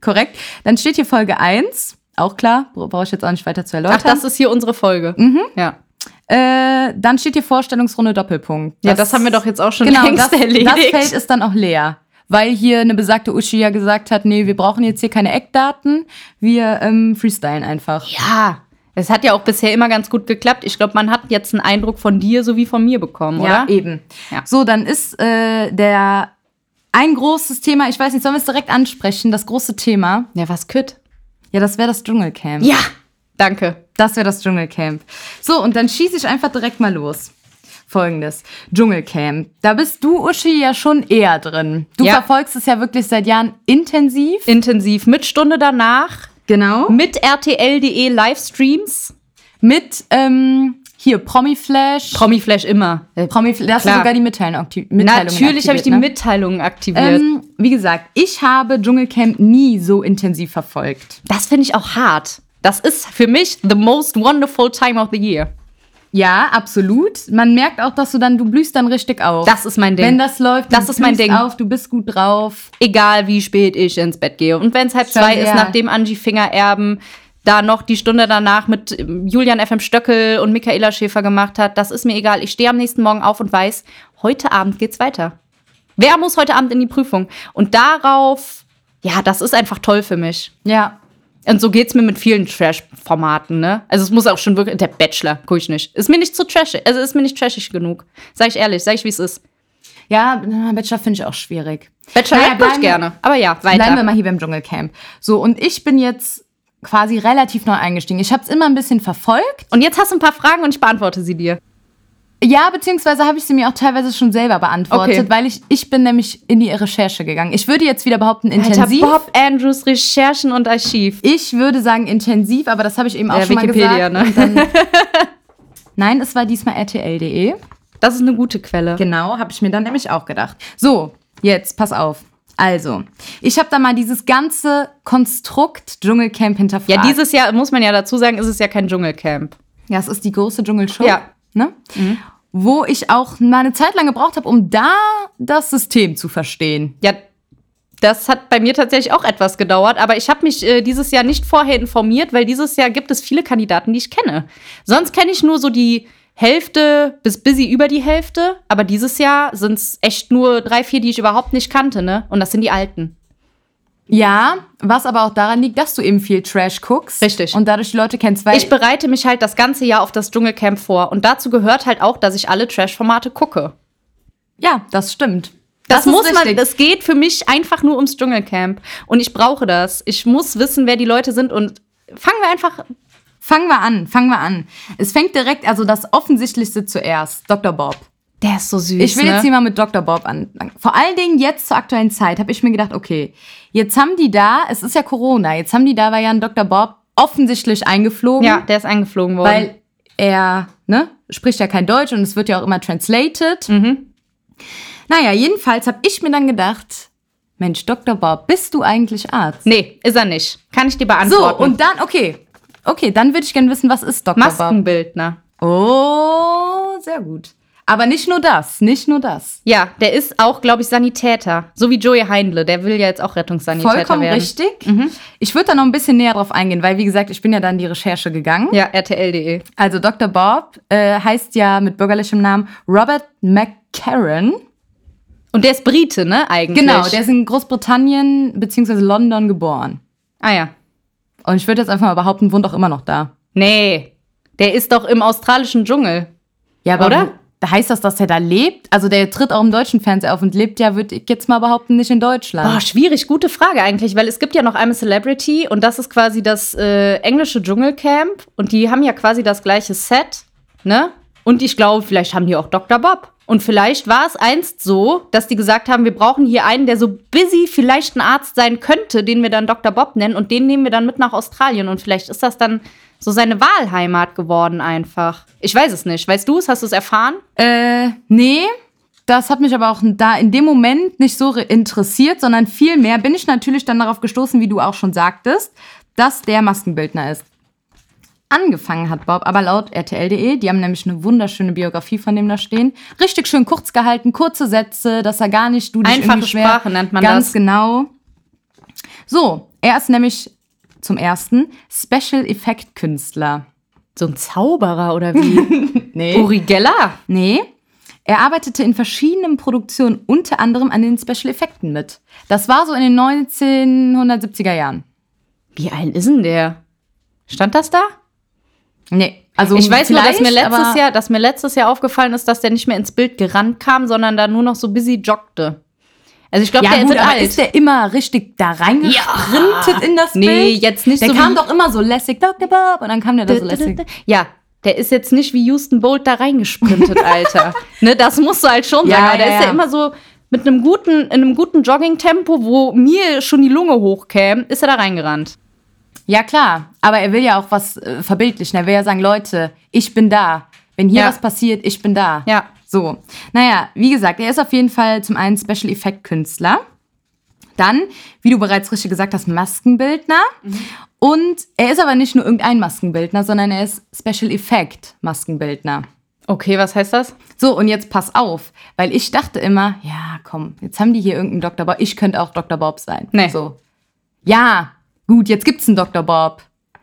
B: Korrekt. Dann steht hier Folge 1. Auch klar, bra- brauche ich jetzt auch nicht weiter zu erläutern.
A: Ach, das ist hier unsere Folge. Ja.
B: äh, dann steht hier Vorstellungsrunde Doppelpunkt.
A: ja, das haben wir doch jetzt auch schon
B: genau,
A: längst
B: das,
A: erledigt.
B: das Feld ist dann auch leer. Weil hier eine besagte Uschi ja gesagt hat, nee, wir brauchen jetzt hier keine Eckdaten, wir ähm, freestylen einfach.
A: ja, es hat ja auch bisher immer ganz gut geklappt. Ich glaube, man hat jetzt einen Eindruck von dir sowie von mir bekommen,
B: Ja,
A: oder?
B: eben.
A: Ja. eh.
B: So, dann ist äh, der ein großes Thema, ich weiß nicht, sollen wir es direkt ansprechen, das große Thema.
A: Ja, was kütt?
B: Ja, das wäre das Dschungelcamp.
A: Ja, danke.
B: Das wäre das Dschungelcamp. So, und dann schieße ich einfach direkt mal los. Folgendes. Dschungelcamp. Da bist du, Uschi, ja schon eher drin. Du
A: Ja.
B: verfolgst es ja wirklich seit Jahren intensiv.
A: Intensiv mit Stunde danach,
B: Genau.
A: mit RTL.de E Livestreams.
B: Mit ähm, hier Promiflash.
A: Promiflash immer.
B: Promiflash. Da hast du
A: Klar.
B: sogar die Mitteilung akti Mitteilungen
A: Natürlich habe ich die
B: aktiviert, ne?
A: Mitteilungen aktiviert.
B: ähm, Wie gesagt, ich habe Dschungelcamp nie so intensiv verfolgt.
A: Das finde ich auch hart. Das ist für mich the most wonderful time of the year.
B: Ja, absolut. Man merkt auch, dass du dann, du blühst dann richtig auf.
A: Das ist mein Ding.
B: Wenn das läuft,
A: Das
B: du
A: ist mein
B: blühst
A: Ding.
B: auf, du bist gut drauf.
A: Egal wie spät ich ins Bett gehe. Und wenn es halb
B: Schon,
A: zwei ist,
B: ja.
A: nachdem Angie Finger erben, da noch die Stunde danach mit ähm, Julian FM Stöckel und Michaela Schäfer gemacht hat, das ist mir egal. Ich stehe am nächsten Morgen auf und weiß, heute Abend geht's weiter. Wer muss heute Abend in die Prüfung? Und darauf, ja, das ist einfach toll für mich.
B: Ja,
A: Und so geht's mir mit vielen Trash-Formaten, ne? Also es muss auch schon wirklich. Der Bachelor, guck ich nicht. Ist mir nicht zu trashig. Also ist mir nicht trashig genug. Sag ich ehrlich, sag ich, wie es ist.
B: Ja, na, Bachelor finde ich auch schwierig.
A: Bachelorette
B: Naja,
A: guck ich
B: bleiben-
A: gerne. Aber ja, weiter.
B: Bleiben wir mal hier beim Dschungelcamp. So, und ich bin jetzt quasi relativ neu eingestiegen. Ich habe es immer ein bisschen verfolgt.
A: Und jetzt hast du ein paar Fragen und ich beantworte sie dir.
B: Ja, beziehungsweise habe ich sie mir auch teilweise schon selber beantwortet,
A: Okay.
B: weil ich, ich bin nämlich in die Recherche gegangen. Ich würde jetzt wieder behaupten, intensiv.
A: Alter, Bob Andrews Recherchen und Archiv.
B: Ich würde sagen intensiv, aber das habe ich eben auch
A: Ja,
B: schon
A: Wikipedia,
B: mal gesagt. Ne? Dann, nein, es war diesmal RTL.de.
A: Das ist eine gute Quelle.
B: Genau, habe ich mir dann nämlich auch gedacht. So, jetzt pass auf. Also, ich habe da mal dieses ganze Konstrukt Dschungelcamp hinterfragt.
A: Ja, dieses Jahr, muss man ja dazu sagen, ist es ja kein Dschungelcamp.
B: Ja, es ist die große Dschungelshow.
A: Ja. Mhm.
B: Ne? Wo ich auch mal eine Zeit lang gebraucht habe, um da das System zu verstehen.
A: Ja, das hat bei mir tatsächlich auch etwas gedauert, aber ich habe mich äh, dieses Jahr nicht vorher informiert, weil dieses Jahr gibt es viele Kandidaten, die ich kenne. Sonst kenne ich nur so die Hälfte bis busy über die Hälfte, aber dieses Jahr sind es echt nur drei, vier, die ich überhaupt nicht kannte, ne? Und das sind die Alten.
B: Ja, was aber auch daran liegt, dass du eben viel Trash guckst.
A: Richtig.
B: Und dadurch die Leute kennst, weil.
A: Ich bereite mich halt das ganze Jahr auf das Dschungelcamp vor und dazu gehört halt auch, dass ich alle Trash-Formate gucke.
B: ja, das stimmt.
A: Das,
B: ist
A: muss man,
B: richtig.
A: das geht für mich einfach nur ums Dschungelcamp. Und ich brauche das. Ich muss wissen, wer die Leute sind und fangen wir einfach
B: fangen wir an, fangen wir an. Es fängt direkt, also das Offensichtlichste zuerst, Dr. Bob.
A: Der ist so süß.
B: Ich will
A: ne?
B: jetzt hier mal mit Dr. Bob anfangen. Vor allen Dingen jetzt zur aktuellen Zeit habe ich mir gedacht, okay, jetzt haben die da, es ist ja Corona, jetzt haben die da bei Jan Dr. Bob offensichtlich eingeflogen,
A: Ja, der ist angeflogen worden.
B: weil er, ne, spricht ja kein Deutsch und es wird ja auch immer translated.
A: Mhm.
B: Naja, jedenfalls habe ich mir dann gedacht, Mensch, Dr. Bob, bist du eigentlich Arzt?
A: nee, ist er nicht. Kann ich dir
B: So,
A: beantworten.
B: und dann, okay. Okay, dann würde ich gerne wissen, was ist Dr. Bob?
A: Maskenbildner.
B: Oh, sehr gut. Aber nicht nur das, nicht nur das.
A: Ja, der ist auch, glaube ich, Sanitäter. So wie Joey Heindle. Der will ja jetzt auch Rettungssanitäter
B: Vollkommen
A: werden. Mhm.
B: richtig. Ich würde da noch ein bisschen näher drauf eingehen, weil, wie gesagt, ich bin ja dann in die Recherche gegangen.
A: Ja, RTL.de.
B: Also Dr. Bob äh, heißt ja mit bürgerlichem Namen Robert McCarran.
A: Und der ist Brite, ne, eigentlich?
B: Genau, der ist in Großbritannien bzw. London geboren.
A: Ah ja.
B: Und ich würde jetzt einfach mal behaupten, wohnt auch immer noch da.
A: Nee, der ist doch im australischen Dschungel.
B: Ja, aber
A: Oder?
B: wo- heißt das, dass er da lebt? Also der tritt auch im deutschen Fernseher auf und lebt ja, würde ich jetzt mal behaupten, nicht in Deutschland.
A: Boah, Ah, schwierig, gute Frage eigentlich, weil es gibt ja noch I'm a Celebrity und das ist quasi das äh, englische Dschungelcamp und die haben ja quasi das gleiche Set, ne? Und ich glaube, vielleicht haben die auch Dr. Bob. Und vielleicht war es einst so, dass die gesagt haben, wir brauchen hier einen, der so busy vielleicht ein Arzt sein könnte, den wir dann Dr. Bob nennen und den nehmen wir dann mit nach Australien und vielleicht ist das dann so seine Wahlheimat geworden einfach. Ich weiß es nicht. Weißt du es? Hast du es erfahren?
B: Äh, nee. Das hat mich aber auch da in dem Moment nicht so re- interessiert, sondern vielmehr bin ich natürlich dann darauf gestoßen, wie du auch schon sagtest, dass der Maskenbildner ist. Angefangen hat Bob, aber laut RTL.de, E, die haben nämlich eine wunderschöne Biografie von dem da stehen. Richtig schön kurz gehalten, kurze Sätze, dass er gar nicht du dich
A: Einfache
B: irgendwie schwer-
A: Sprache nennt man
B: Ganz
A: das.
B: genau. So, er ist nämlich zum ersten Special Effekt Künstler.
A: So ein Zauberer oder wie? [LAUGHS]
B: Nee.
A: Uri Geller?
B: Nee. Er arbeitete in verschiedenen Produktionen, unter anderem an den Special Effekten mit. Das war so in den 1970er Jahren.
A: Wie alt ist denn der? Stand das da?
B: Nee. Also
A: Ich weiß nur, dass
B: vielleicht,
A: mir, letztes
B: aber-
A: Jahr, dass mir letztes Jahr aufgefallen ist, dass der nicht mehr ins Bild gerannt kam, sondern da nur noch so busy joggte. Also ich glaube,
B: Ja,
A: der
B: gut,
A: ist
B: aber
A: alt.
B: ist der immer richtig da reingesprintet in das
A: Nee,
B: Bild?
A: jetzt nicht
B: Der
A: so
B: kam
A: wie-
B: doch immer so lässig, Dr. Bob, und dann kam der [LAUGHS] da so lässig.
A: Also ja, der ist jetzt nicht wie Houston Bolt da
B: [LAUGHS]
A: reingesprintet, Alter. ne, das musst du halt schon
B: Ja,
A: sagen. Aber
B: ja,
A: der ist
B: ja.
A: ja immer so mit einem guten, in einem guten Jogging-Tempo, wo mir schon die Lunge hochkäme, ist er da reingerannt.
B: Ja, klar. Aber er will ja auch was äh, verbildlichen. Er will ja sagen, Leute, ich bin da. Wenn hier
A: Ja.
B: was passiert, ich bin da.
A: Ja.
B: So. Naja, wie gesagt, er ist auf jeden Fall zum einen Special Effekt Künstler. Dann, wie du bereits richtig gesagt hast, Maskenbildner.
A: Mhm.
B: Und er ist aber nicht nur irgendein Maskenbildner, sondern er ist Special Effekt Maskenbildner.
A: Okay, was heißt das?
B: So, und jetzt pass auf, weil ich dachte immer, ja, komm, jetzt haben die hier irgendeinen Dr. Bob. Ich könnte auch Dr. Bob sein.
A: Nee.
B: So. Ja, gut, jetzt gibt's einen Dr. Bob.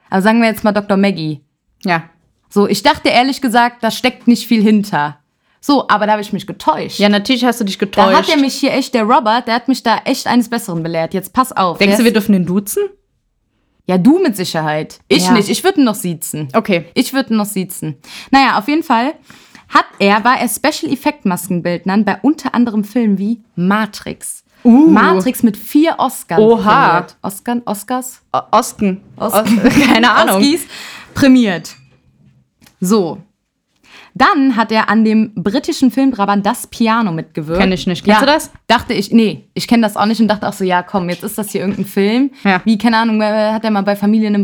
B: Aber sagen wir jetzt mal Dr. Maggie.
A: Ja.
B: So, ich dachte ehrlich gesagt, da steckt nicht viel hinter. So, aber da habe ich mich getäuscht.
A: Ja, natürlich hast du dich getäuscht.
B: da hat er mich hier echt, der Robert, der hat mich da echt eines Besseren belehrt. Jetzt pass auf.
A: Denkst du,
B: der
A: wir
B: ist,
A: dürfen den duzen?
B: Ja, du mit Sicherheit. Ich
A: Ja.
B: nicht, ich würde noch siezen.
A: Okay.
B: Ich würde noch siezen. Naja, auf jeden Fall hat er, war er Special Effect Maskenbildnern bei unter anderem Filmen wie Matrix.
A: Uh.
B: Matrix mit vier Oscars.
A: Oha.
B: Prämiert. Oscar, Oscars?
A: O Osten.
B: Os- [LAUGHS]
A: O- Keine Ahnung.
B: Oscars prämiert. So. Dann hat er an dem britischen Film Brabant das Piano mitgewirkt.
A: Kenn ich nicht. Kennst du das?
B: Dachte ich, nee, ich kenne das auch nicht und dachte auch so, ja, komm, jetzt ist das hier irgendein Film.
A: Ja.
B: Wie, keine Ahnung, äh, hat er mal bei Familien im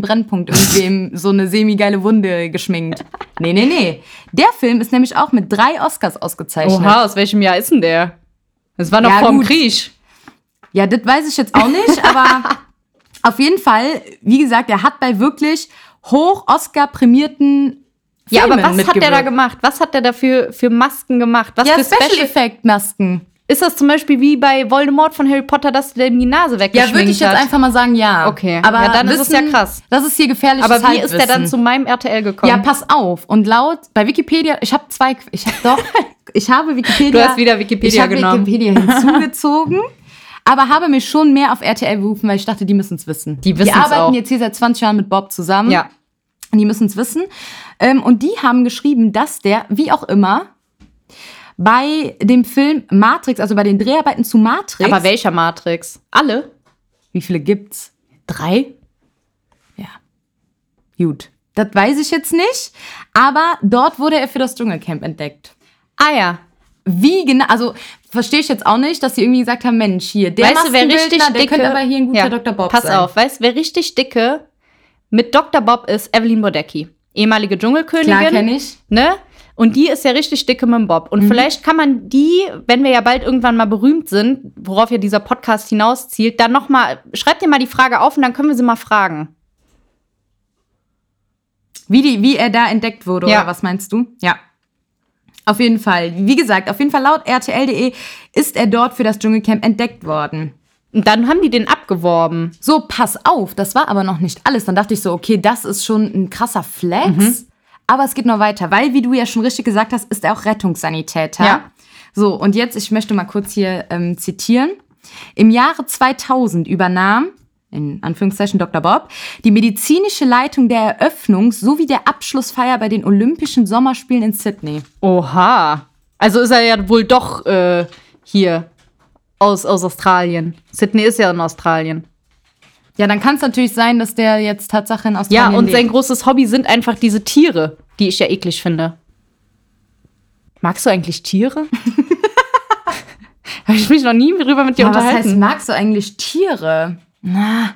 A: [LAUGHS]
B: Brennpunkt irgendwem so eine semi-geile Wunde geschminkt. Nee, nee, nee. Der Film ist nämlich auch mit drei Oscars ausgezeichnet.
A: Oha, aus welchem Jahr ist denn der? Das war noch
B: Ja,
A: vor dem
B: gut.
A: Krieg.
B: Ja, das weiß ich jetzt
A: [LAUGHS]
B: auch nicht, aber auf jeden Fall, wie gesagt, er hat bei wirklich hoch Oscar-prämierten Filmen
A: Ja, aber was hat der da
B: mitgewirkt.
A: gemacht? Was hat der da für, für Masken gemacht? Was
B: Ja,
A: für
B: Special Effect Masken.
A: Ist das zum Beispiel wie bei Voldemort von Harry Potter, dass der ihm die Nase
B: Ja,
A: weggeschminkt
B: würde ich jetzt
A: hat?
B: einfach mal sagen, ja.
A: Okay.
B: aber
A: Ja, dann ist es ja krass.
B: Das ist hier gefährlich.
A: Aber wie ist der dann zu meinem RTL gekommen?
B: Ja, pass auf. Und laut bei Wikipedia, ich habe zwei, Qu- ich habe
A: [LAUGHS]
B: doch, ich habe Wikipedia.
A: Du hast wieder Wikipedia
B: ich habe
A: genommen. [LAUGHS]
B: Wikipedia hinzugezogen. Aber habe mich schon mehr auf RTL berufen, weil ich dachte, die müssen es wissen.
A: Die wissen's
B: Die arbeiten
A: auch.
B: jetzt hier seit 20 Jahren mit Bob zusammen.
A: ja.
B: Und Die müssen es wissen. Ähm, und die haben geschrieben, dass der, wie auch immer, bei dem Film Matrix, also bei den Dreharbeiten zu Matrix.
A: Aber welcher Matrix? Alle?
B: wie viele gibt's?
A: Drei?
B: Ja. Gut. Das weiß ich jetzt nicht. Aber dort wurde er für das Dschungelcamp entdeckt.
A: Ah ja.
B: Wie genau, also verstehe ich jetzt auch nicht, dass sie irgendwie gesagt haben, Mensch, hier, der
A: weißt du, wer
B: Maskenbildner,
A: richtig
B: der
A: dicke...
B: könnte aber hier ein guter
A: Ja,
B: Dr. Bob
A: Pass
B: sein.
A: auf, weißt du, wer richtig dicke mit Dr. Bob ist? Evelyn Bodecki, ehemalige Dschungelkönigin.
B: Klar kenne ich.
A: ne? Und die ist ja richtig dicke mit dem Bob. Und vielleicht kann man die, wenn wir ja bald irgendwann mal berühmt sind, worauf ja dieser Podcast hinauszielt, dann nochmal, schreibt dir mal die Frage auf und dann können wir sie mal fragen.
B: Wie, die, wie er da entdeckt wurde,
A: Ja.
B: oder was meinst du? Ja. Auf jeden Fall. Wie gesagt, auf jeden Fall laut RTL.de E ist er dort für das Dschungelcamp entdeckt worden.
A: Und dann haben die den abgeworben.
B: So, pass auf, das war aber noch nicht alles. Dann dachte ich so, okay, das ist schon ein krasser Flex.
A: Mhm.
B: Aber es geht noch weiter, weil, wie du ja schon richtig gesagt hast, ist er auch Rettungssanitäter.
A: Ja.
B: So, und jetzt, ich möchte mal kurz hier ähm, zitieren. Im Jahre 2000 übernahm, in Anführungszeichen Dr. Bob, die medizinische Leitung der Eröffnung sowie der Abschlussfeier bei den Olympischen Sommerspielen in Sydney.
A: Oha. Also ist er ja wohl doch äh, hier aus, aus Australien. Sydney ist ja in Australien.
B: Ja, dann kann es natürlich sein, dass der jetzt Tatsache in
A: Ja,
B: Australien
A: und sein
B: lebt.
A: großes Hobby sind einfach diese Tiere, die ich ja eklig finde. Magst du eigentlich Tiere? Habe ich mich noch nie drüber mit dir
B: Aber was heißt,
A: unterhalten.
B: magst du eigentlich Tiere? Na,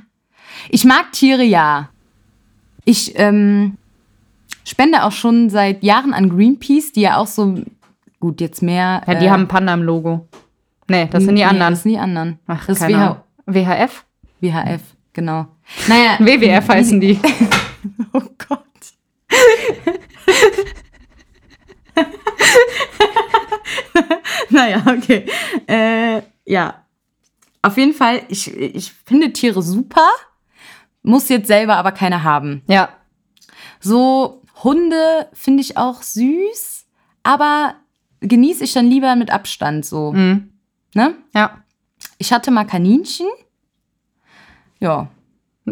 B: ich mag Tiere ja. Ich ähm, spende auch schon seit Jahren an Greenpeace, die ja auch so, gut, jetzt mehr.
A: ja, die
B: äh,
A: haben einen Panda im Logo. Nee, das sind die
B: nee,
A: anderen.
B: Das sind die anderen.
A: Ach,
B: das ist
A: keine Ahnung.
B: WH,
A: WHF?
B: WHF, genau. Naja,
A: WWF heißen [LAUGHS] die.
B: oh Gott. naja, okay. Äh, ja. Auf jeden Fall, ich, ich finde Tiere super, muss jetzt selber aber keine haben.
A: Ja,
B: So Hunde finde ich auch süß, aber genieße ich dann lieber mit Abstand so.
A: Mhm.
B: Ne?
A: ja,
B: Ich hatte mal Kaninchen. Ja,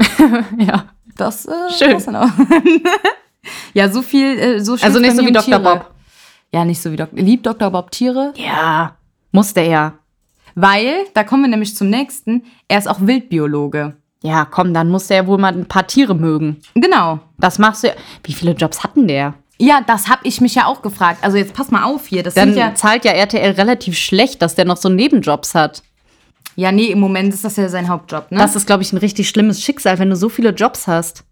A: [LAUGHS] ja.
B: das äh,
A: Schön.
B: war's dann auch. [LAUGHS] ja, so viel, äh, so schön.
A: Also nicht so wie Dr. Bob.
B: Ja, nicht so wie Dr. Liebt Dr. Bob Tiere,
A: Ja, muss der ja.
B: weil, da kommen wir nämlich zum nächsten, er ist auch Wildbiologe.
A: Ja, komm, dann muss der ja wohl mal ein paar Tiere mögen.
B: Genau.
A: Das machst du ja. Wie viele Jobs hatten der?
B: Ja, das habe ich mich ja auch gefragt. Also jetzt pass mal auf hier. Das
A: Dann
B: sind ja.
A: zahlt ja RTL relativ schlecht, dass der noch so Nebenjobs hat.
B: Ja, nee, im Moment ist das ja sein Hauptjob, ne?
A: Das ist, glaube ich, ein richtig schlimmes Schicksal, wenn du so viele Jobs hast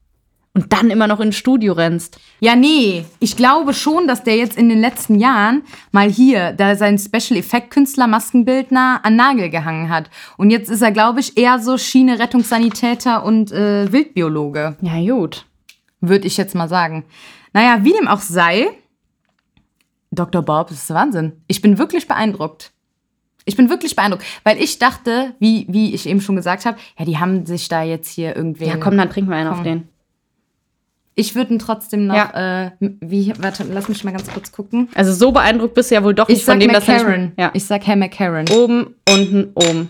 A: und dann immer noch ins Studio rennst.
B: ja, nee. Ich glaube schon, dass der jetzt in den letzten Jahren mal hier, da sein Special Effekt Künstler, Maskenbildner an Nagel gehangen hat. Und jetzt ist er, glaube ich, eher so Schiene Rettungssanitäter und äh, Wildbiologe.
A: Ja, gut.
B: würde ich jetzt mal sagen. Naja, wie dem auch sei, Dr. Bob, das ist Wahnsinn. Ich bin wirklich beeindruckt. Ich bin wirklich beeindruckt, weil ich dachte, wie, wie ich eben schon gesagt habe, ja, die haben sich da jetzt hier irgendwie.
A: Ja, komm, dann trinken wir einen auf den.
B: Ich würde ihn trotzdem noch.
A: Ja.
B: Äh, wie, warte, lass mich mal ganz kurz gucken.
A: Also so beeindruckt bist du ja wohl doch
B: Ich
A: nicht
B: sag
A: von dem, dass er
B: McCarran.
A: nicht, ja.
B: Ich sag Herr McCarran.
A: oben, unten, oben.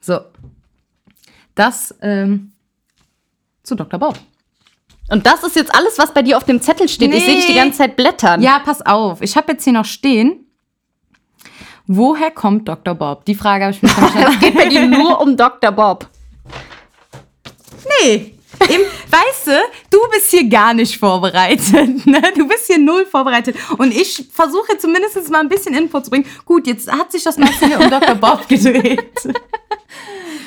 B: So. Das ähm, zu Dr. Bob.
A: Und das ist jetzt alles, was bei dir auf dem Zettel steht. Ich
B: Nee.
A: sehe dich die ganze Zeit blättern.
B: Ja, pass auf. Ich habe jetzt hier noch stehen. Woher kommt Dr. Bob? Die Frage habe ich mir [LAUGHS] schon gestellt.
A: Es geht bei dir nur um Dr. Bob.
B: Nee. Im, weißt du, du bist hier gar nicht vorbereitet. [LAUGHS] Ne? Du bist hier null vorbereitet. Und ich versuche zumindest mal ein bisschen Input zu bringen. Gut, jetzt hat sich das Ganze hier um Dr. Bob [LAUGHS] gedreht.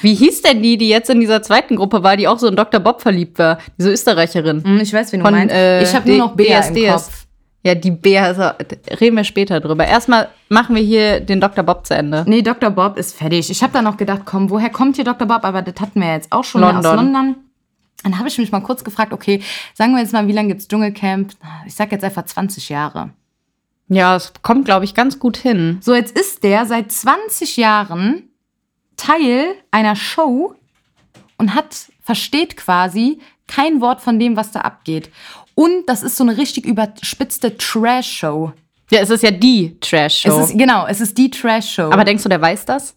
A: Wie hieß denn die, die jetzt in dieser zweiten Gruppe war, die auch so in Dr. Bob verliebt war? Diese Österreicherin.
B: Hm, Ich weiß, wen du
A: Von,
B: meinst.
A: äh,
B: ich habe nur
A: D-
B: noch Bea im
A: DSDS.
B: Kopf.
A: Ja, die Bär, ist auch- reden wir später drüber. Erstmal machen wir hier den Dr. Bob zu Ende.
B: Nee, Dr. Bob ist fertig. Ich habe da noch gedacht, komm, woher kommt hier Dr. Bob? Aber das hatten wir jetzt auch schon ne, aus
A: London.
B: London. Dann habe ich mich mal kurz gefragt, okay, sagen wir jetzt mal, wie lange gibt's Dschungelcamp? Ich sag jetzt einfach 20 Jahre.
A: Ja, es kommt, glaube ich, ganz gut hin.
B: So, jetzt ist der seit 20 Jahren Teil einer Show und hat, versteht quasi kein Wort von dem, was da abgeht. Und das ist so eine richtig überspitzte Trash-Show.
A: Ja, es ist ja die Trash-Show.
B: Es ist, genau, es ist die Trash-Show.
A: Aber denkst du, der weiß das?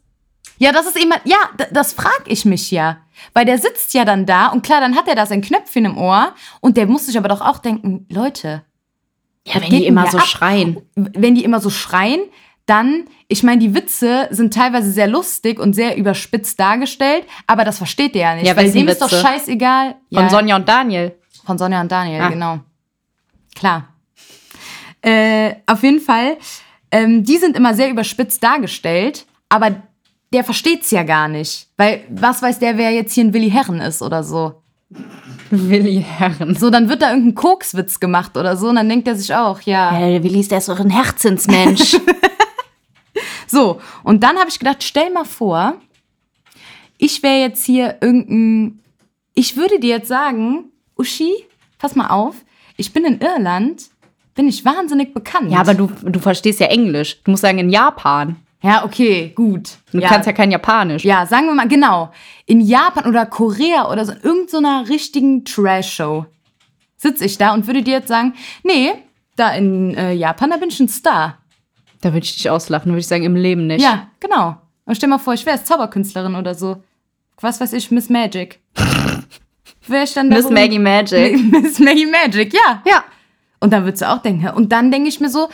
B: ja, das ist eben, ja, d- das frag ich mich ja. Weil der sitzt ja dann da und klar, dann hat er da sein Knöpfchen im Ohr und der muss sich aber doch auch denken, Leute,
A: Ja,
B: geht denn hier ab? wenn die immer so schreien, dann, ich meine, die Witze sind teilweise sehr lustig und sehr überspitzt dargestellt, aber das versteht der ja nicht.
A: Ja,
B: weil
A: wessen
B: dem ist doch
A: Witze?
B: scheißegal.
A: Von
B: ja,
A: Sonja und Daniel. [LAUGHS]
B: von Sonja und Daniel,
A: Ah.
B: genau. Klar. Äh, auf jeden Fall, ähm, die sind immer sehr überspitzt dargestellt, aber der versteht's ja gar nicht. Weil was weiß der, wer jetzt hier ein Willi Herren ist oder so.
A: Willi Herren.
B: So, dann wird da irgendein Kokswitz gemacht oder so und dann denkt er sich auch, ja.
A: Der Willi ist, der ist doch ein Herzensmensch.
B: So, und dann habe ich gedacht, stell mal vor, ich wäre jetzt hier irgendein. Ich würde dir jetzt sagen, Uschi, pass mal auf, ich bin in Irland, bin ich wahnsinnig
A: [LAUGHS]
B: bekannt.
A: ja, aber du, du verstehst ja Englisch. Du musst sagen, in Japan.
B: Ja, okay, gut.
A: Du kannst ja kein Japanisch.
B: ja, sagen wir mal, genau. In Japan oder Korea oder so, in irgendeiner richtigen Trash-Show sitze ich da und würde dir jetzt sagen, nee, da in äh, Japan, da bin ich ein Star.
A: Da würde ich dich auslachen. würde ich sagen, im Leben nicht.
B: Ja, genau. Und stell mal vor, ich wäre jetzt Zauberkünstlerin oder so. Was weiß ich,
A: [LAUGHS]
B: Miss Magic. Wäre ich dann da
A: Miss
B: rum- [LAUGHS]
A: Maggie Magic.
B: Miss Maggie Magic, ja.
A: Ja.
B: Und dann würdest du auch denken, hä? und dann denke ich mir so,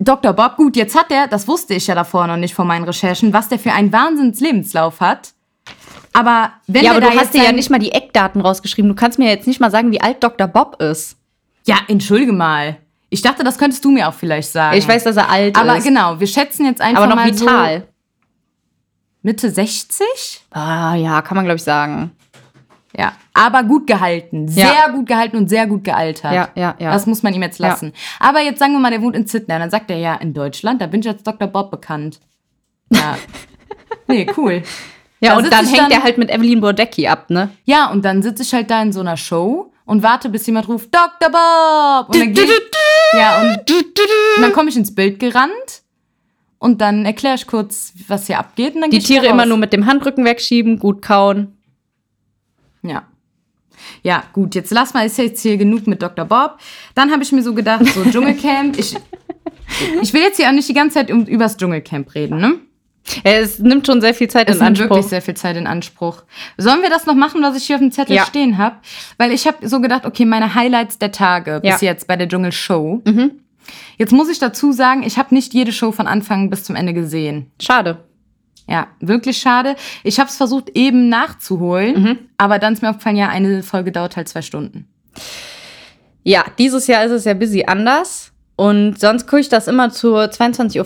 B: Dr. Bob, gut, jetzt hat er, das wusste ich ja davor noch nicht von meinen Recherchen, was der für einen Wahnsinnslebenslauf hat. Aber wenn
A: ja,
B: wir
A: aber
B: da
A: du
B: jetzt
A: hast dir ja
B: sein-
A: nicht mal die Eckdaten rausgeschrieben. Du kannst mir jetzt nicht mal sagen, wie alt Dr. Bob ist.
B: Ja, entschuldige mal. Ich dachte, das könntest du mir auch vielleicht sagen.
A: Ich weiß, dass er alt
B: aber
A: ist.
B: genau, wir schätzen jetzt einfach
A: Aber noch
B: mal so
A: vital.
B: Mitte 60?
A: Ah, ja, kann man, glaube ich, sagen.
B: Ja, aber gut gehalten. Sehr
A: Ja.
B: gut gehalten und sehr gut gealtert.
A: Ja, ja, ja.
B: Das muss man ihm jetzt
A: Ja.
B: lassen. Aber jetzt sagen wir mal, der wohnt in Sydney. Und dann sagt er ja, in Deutschland, da bin ich als Dr. Bob bekannt.
A: [LAUGHS]
B: Ja. nee, cool.
A: Ja,
B: Da
A: und
B: sitz
A: dann
B: ich
A: hängt
B: dann-
A: er halt mit Evelyn Bordecki ab, ne?
B: Ja, und dann sitze ich halt da in so einer Show und warte, bis jemand ruft, Dr. Bob! Und dann, geh ich, ja, und, und dann komme ich ins Bild gerannt und dann erkläre ich kurz, was hier abgeht. Und dann geh
A: Die
B: ich wieder
A: Tiere immer
B: raus.
A: nur mit dem Handrücken wegschieben, gut kauen.
B: Ja. Ja, gut, jetzt lass mal, ist jetzt hier genug mit Dr. Bob. Dann habe ich mir so gedacht,
A: [LAUGHS]
B: so Dschungelcamp, ich, ich will jetzt hier auch nicht die ganze Zeit um, übers Dschungelcamp reden, ne?
A: Ja, Es nimmt schon sehr viel Zeit
B: Das
A: in
B: nimmt
A: Anspruch.
B: wirklich sehr viel Zeit in Anspruch. Sollen wir das noch machen, was ich hier auf dem Zettel
A: Ja.
B: stehen habe? Weil ich habe so gedacht, okay, meine Highlights der Tage bis
A: Ja. Mhm.
B: jetzt bei der Dschungelshow. Jetzt muss ich dazu sagen, ich habe nicht jede Show von Anfang bis zum Ende gesehen.
A: Schade.
B: Ja, wirklich schade. Ich habe es versucht, eben nachzuholen,
A: Mhm.
B: aber dann ist mir aufgefallen, ja, eine Folge dauert halt zwei Stunden.
A: Ja, dieses Jahr ist es ja busy anders. Und sonst gucke ich das immer zur 22.15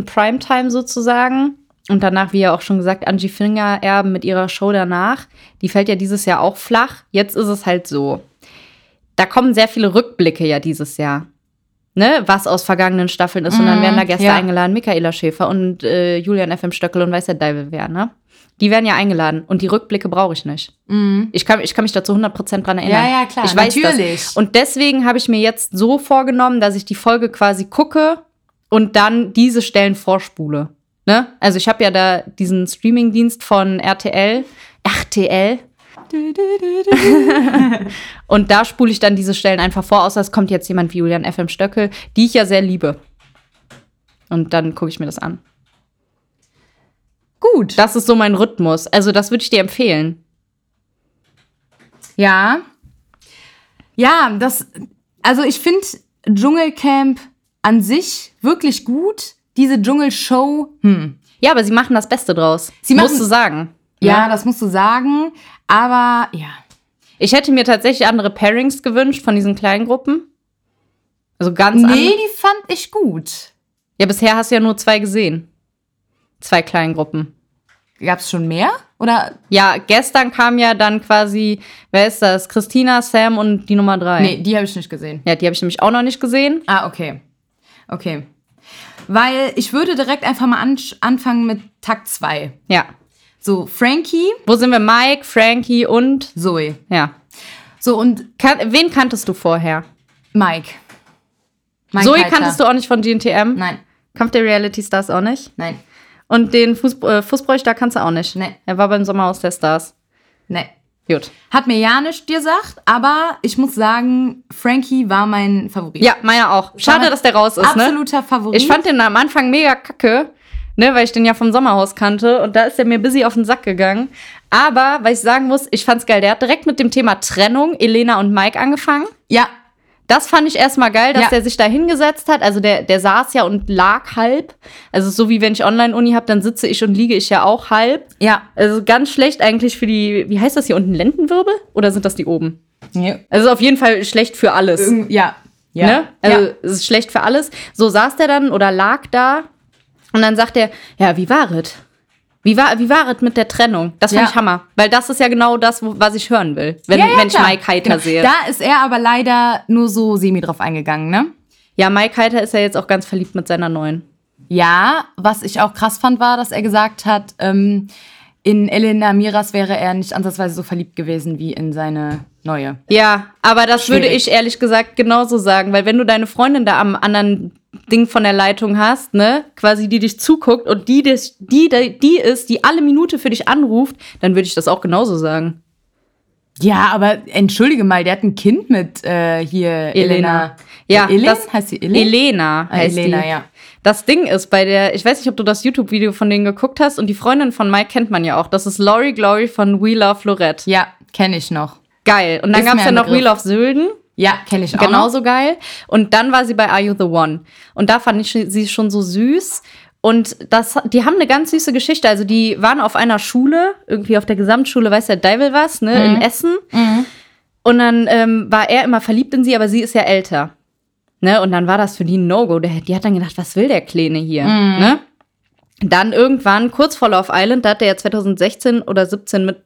A: Uhr Primetime sozusagen. Und danach, wie ja auch schon gesagt, Angie Finger erben mit ihrer Show danach. Die fällt ja dieses Jahr auch flach. Jetzt ist es halt so. Da kommen sehr viele Rückblicke ja dieses Jahr. Ne, was aus vergangenen Staffeln ist. und dann werden da Gäste
B: ja.
A: eingeladen. Michaela Schäfer und äh, Julian F.M. Stöckel und weiß der Deivel wer, ne? Die werden ja eingeladen. Und die Rückblicke brauche ich nicht. Ich kann, ich kann mich dazu 100% dran erinnern.
B: Ja, ja, klar,
A: Ich weiß
B: natürlich.
A: Das. Und deswegen habe ich mir jetzt so vorgenommen, dass ich die Folge quasi gucke und dann diese Stellen vorspule. Ne? Also ich habe ja da diesen Streamingdienst von RTL, RTL. und da spule ich dann diese Stellen einfach vor, außer es kommt jetzt jemand wie Julian FM Stöckel, die ich ja sehr liebe. Und dann gucke ich mir das an.
B: Gut.
A: Das ist so mein Rhythmus. Also das würde ich dir empfehlen.
B: Ja. Ja, das, also ich finde Dschungelcamp an sich wirklich gut. Diese Dschungelshow, hm.
A: Ja, aber sie machen das Beste draus.
B: Sie
A: Sie
B: machen-
A: musst du sagen.
B: Ja, das musst du sagen. Aber ja.
A: Ich hätte mir tatsächlich andere Pairings gewünscht von diesen kleinen Gruppen. Also ganz
B: Nee,
A: andere.
B: die fand ich gut.
A: Ja, bisher hast du ja nur zwei gesehen. Zwei kleinen Gruppen.
B: Gab es schon mehr? Oder?
A: Ja, gestern kam ja dann quasi, wer ist das? Christina, Sam und die Nummer drei.
B: Nee, die habe ich nicht gesehen.
A: Ja, die habe ich nämlich auch noch nicht gesehen.
B: Ah, okay. Okay. Weil ich würde direkt einfach mal an, anfangen mit Takt 2.
A: Ja.
B: So, Frankie,
A: Wo sind wir? Mike, Frankie und.
B: Zoe.
A: Ja.
B: So, und
A: Kan wen kanntest du vorher?
B: Mike. Mike
A: Zoe
B: Heiter.
A: kanntest du auch nicht von GNTM.
B: Nein,
A: Kampf der Reality Stars auch nicht.
B: nein,
A: Und den Fuß, äh, Fußbräuch, da kannst du auch nicht.
B: Nee.
A: Er war beim Sommerhaus der Stars.
B: nein.
A: Gut.
B: Hat mir ja nicht gesagt, aber ich muss sagen, Frankie war mein Favorit.
A: Ja, meiner auch. Schade, dass der raus ist, ne?
B: Absoluter Favorit.
A: Ich fand den am Anfang mega kacke, ne, weil ich den ja vom Sommerhaus kannte und da ist der mir busy auf den Sack gegangen. Aber, weil ich sagen muss, ich fand's geil. Der hat direkt mit dem Thema Trennung, Elena und Mike angefangen.
B: ja,
A: Das fand ich erstmal geil, dass
B: Ja.
A: der sich da hingesetzt hat. Also der, der saß ja und lag halb. Also so wie wenn ich Online-Uni habe, dann sitze ich und liege ich ja auch halb.
B: ja.
A: Also ganz schlecht eigentlich für die, wie heißt das hier unten, Lendenwirbel? Oder sind das die oben?
B: Ja.
A: Also auf jeden Fall schlecht für alles.
B: Irgend- Ja. Ja.
A: Ne? Also es ist schlecht für alles. So saß der dann oder lag da und dann sagt er, ja, wie war es? Wie war, wie war es mit der Trennung? Das fand
B: Ja.
A: ich Hammer. Weil das ist ja genau das, wo, was ich hören will, wenn,
B: Ja, ja,
A: wenn ich
B: klar.
A: Mike Heiter
B: Genau.
A: sehe.
B: Da ist er aber leider nur so semi drauf eingegangen, ne?
A: ja, Mike Heiter ist ja jetzt auch ganz verliebt mit seiner neuen.
B: Ja, was ich auch krass fand, war, dass er gesagt hat, ähm, in Elena Miras wäre er nicht ansatzweise so verliebt gewesen wie in seine neue.
A: Ja, aber das würde
B: Schwierig.
A: ich ehrlich gesagt genauso sagen, weil wenn du deine Freundin da am anderen Ding von der Leitung hast, ne, quasi die dich zuguckt und die dich, die, die, die ist, die alle Minute für dich anruft, dann würde ich das auch genauso sagen.
B: Ja, aber entschuldige mal, der hat ein Kind mit äh, hier Elena.
A: Elena. Ja,
B: Elena
A: das-
B: heißt sie Elena.
A: Elena
B: Ah,
A: heißt
B: Elena,
A: die.
B: ja.
A: Das Ding ist bei der, ich weiß nicht, ob du das YouTube-Video von denen geguckt hast und die Freundin von Mike kennt man ja auch. Das ist Lori Glory von We Love Lorette.
B: Ja, kenne ich noch.
A: Geil. Und dann
B: Ist
A: gab
B: mir
A: es ja
B: ein
A: noch We
B: Begriff.
A: Love Sylden.
B: Ja, kenne ich auch. noch.
A: Genauso geil. Und dann war sie bei Are You the One. Und da fand ich sie schon so süß. Und das, die haben eine ganz süße Geschichte. Also die waren auf einer Schule, irgendwie auf der Gesamtschule, weiß der Deivel was, ne,
B: Mhm.
A: in Essen. Und dann ähm, war er immer verliebt in sie, aber sie ist ja älter. Ne? Und dann war das für die ein No-Go. Der- Die hat dann gedacht, was will der Kleine hier?
B: Mhm.
A: Ne? Dann irgendwann, kurz vor Love Island, da hat der ja 2016 oder 17 mit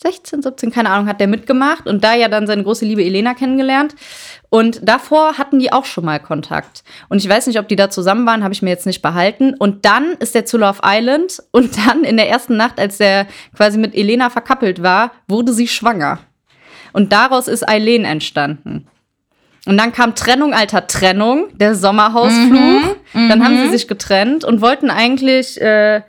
A: 16, 17, keine Ahnung, hat der mitgemacht und da ja dann seine große Liebe Elena kennengelernt. Und davor hatten die auch schon mal Kontakt. Und ich weiß nicht, ob die da zusammen waren, habe ich mir jetzt nicht behalten. Und dann ist der zu Love Island und dann in der ersten Nacht, als der quasi mit Elena verkappelt war, wurde sie schwanger. Und daraus ist Eileen entstanden. Und dann kam Trennung, alter Trennung, der Sommerhausfluch. Dann haben sie sich getrennt und wollten eigentlich äh,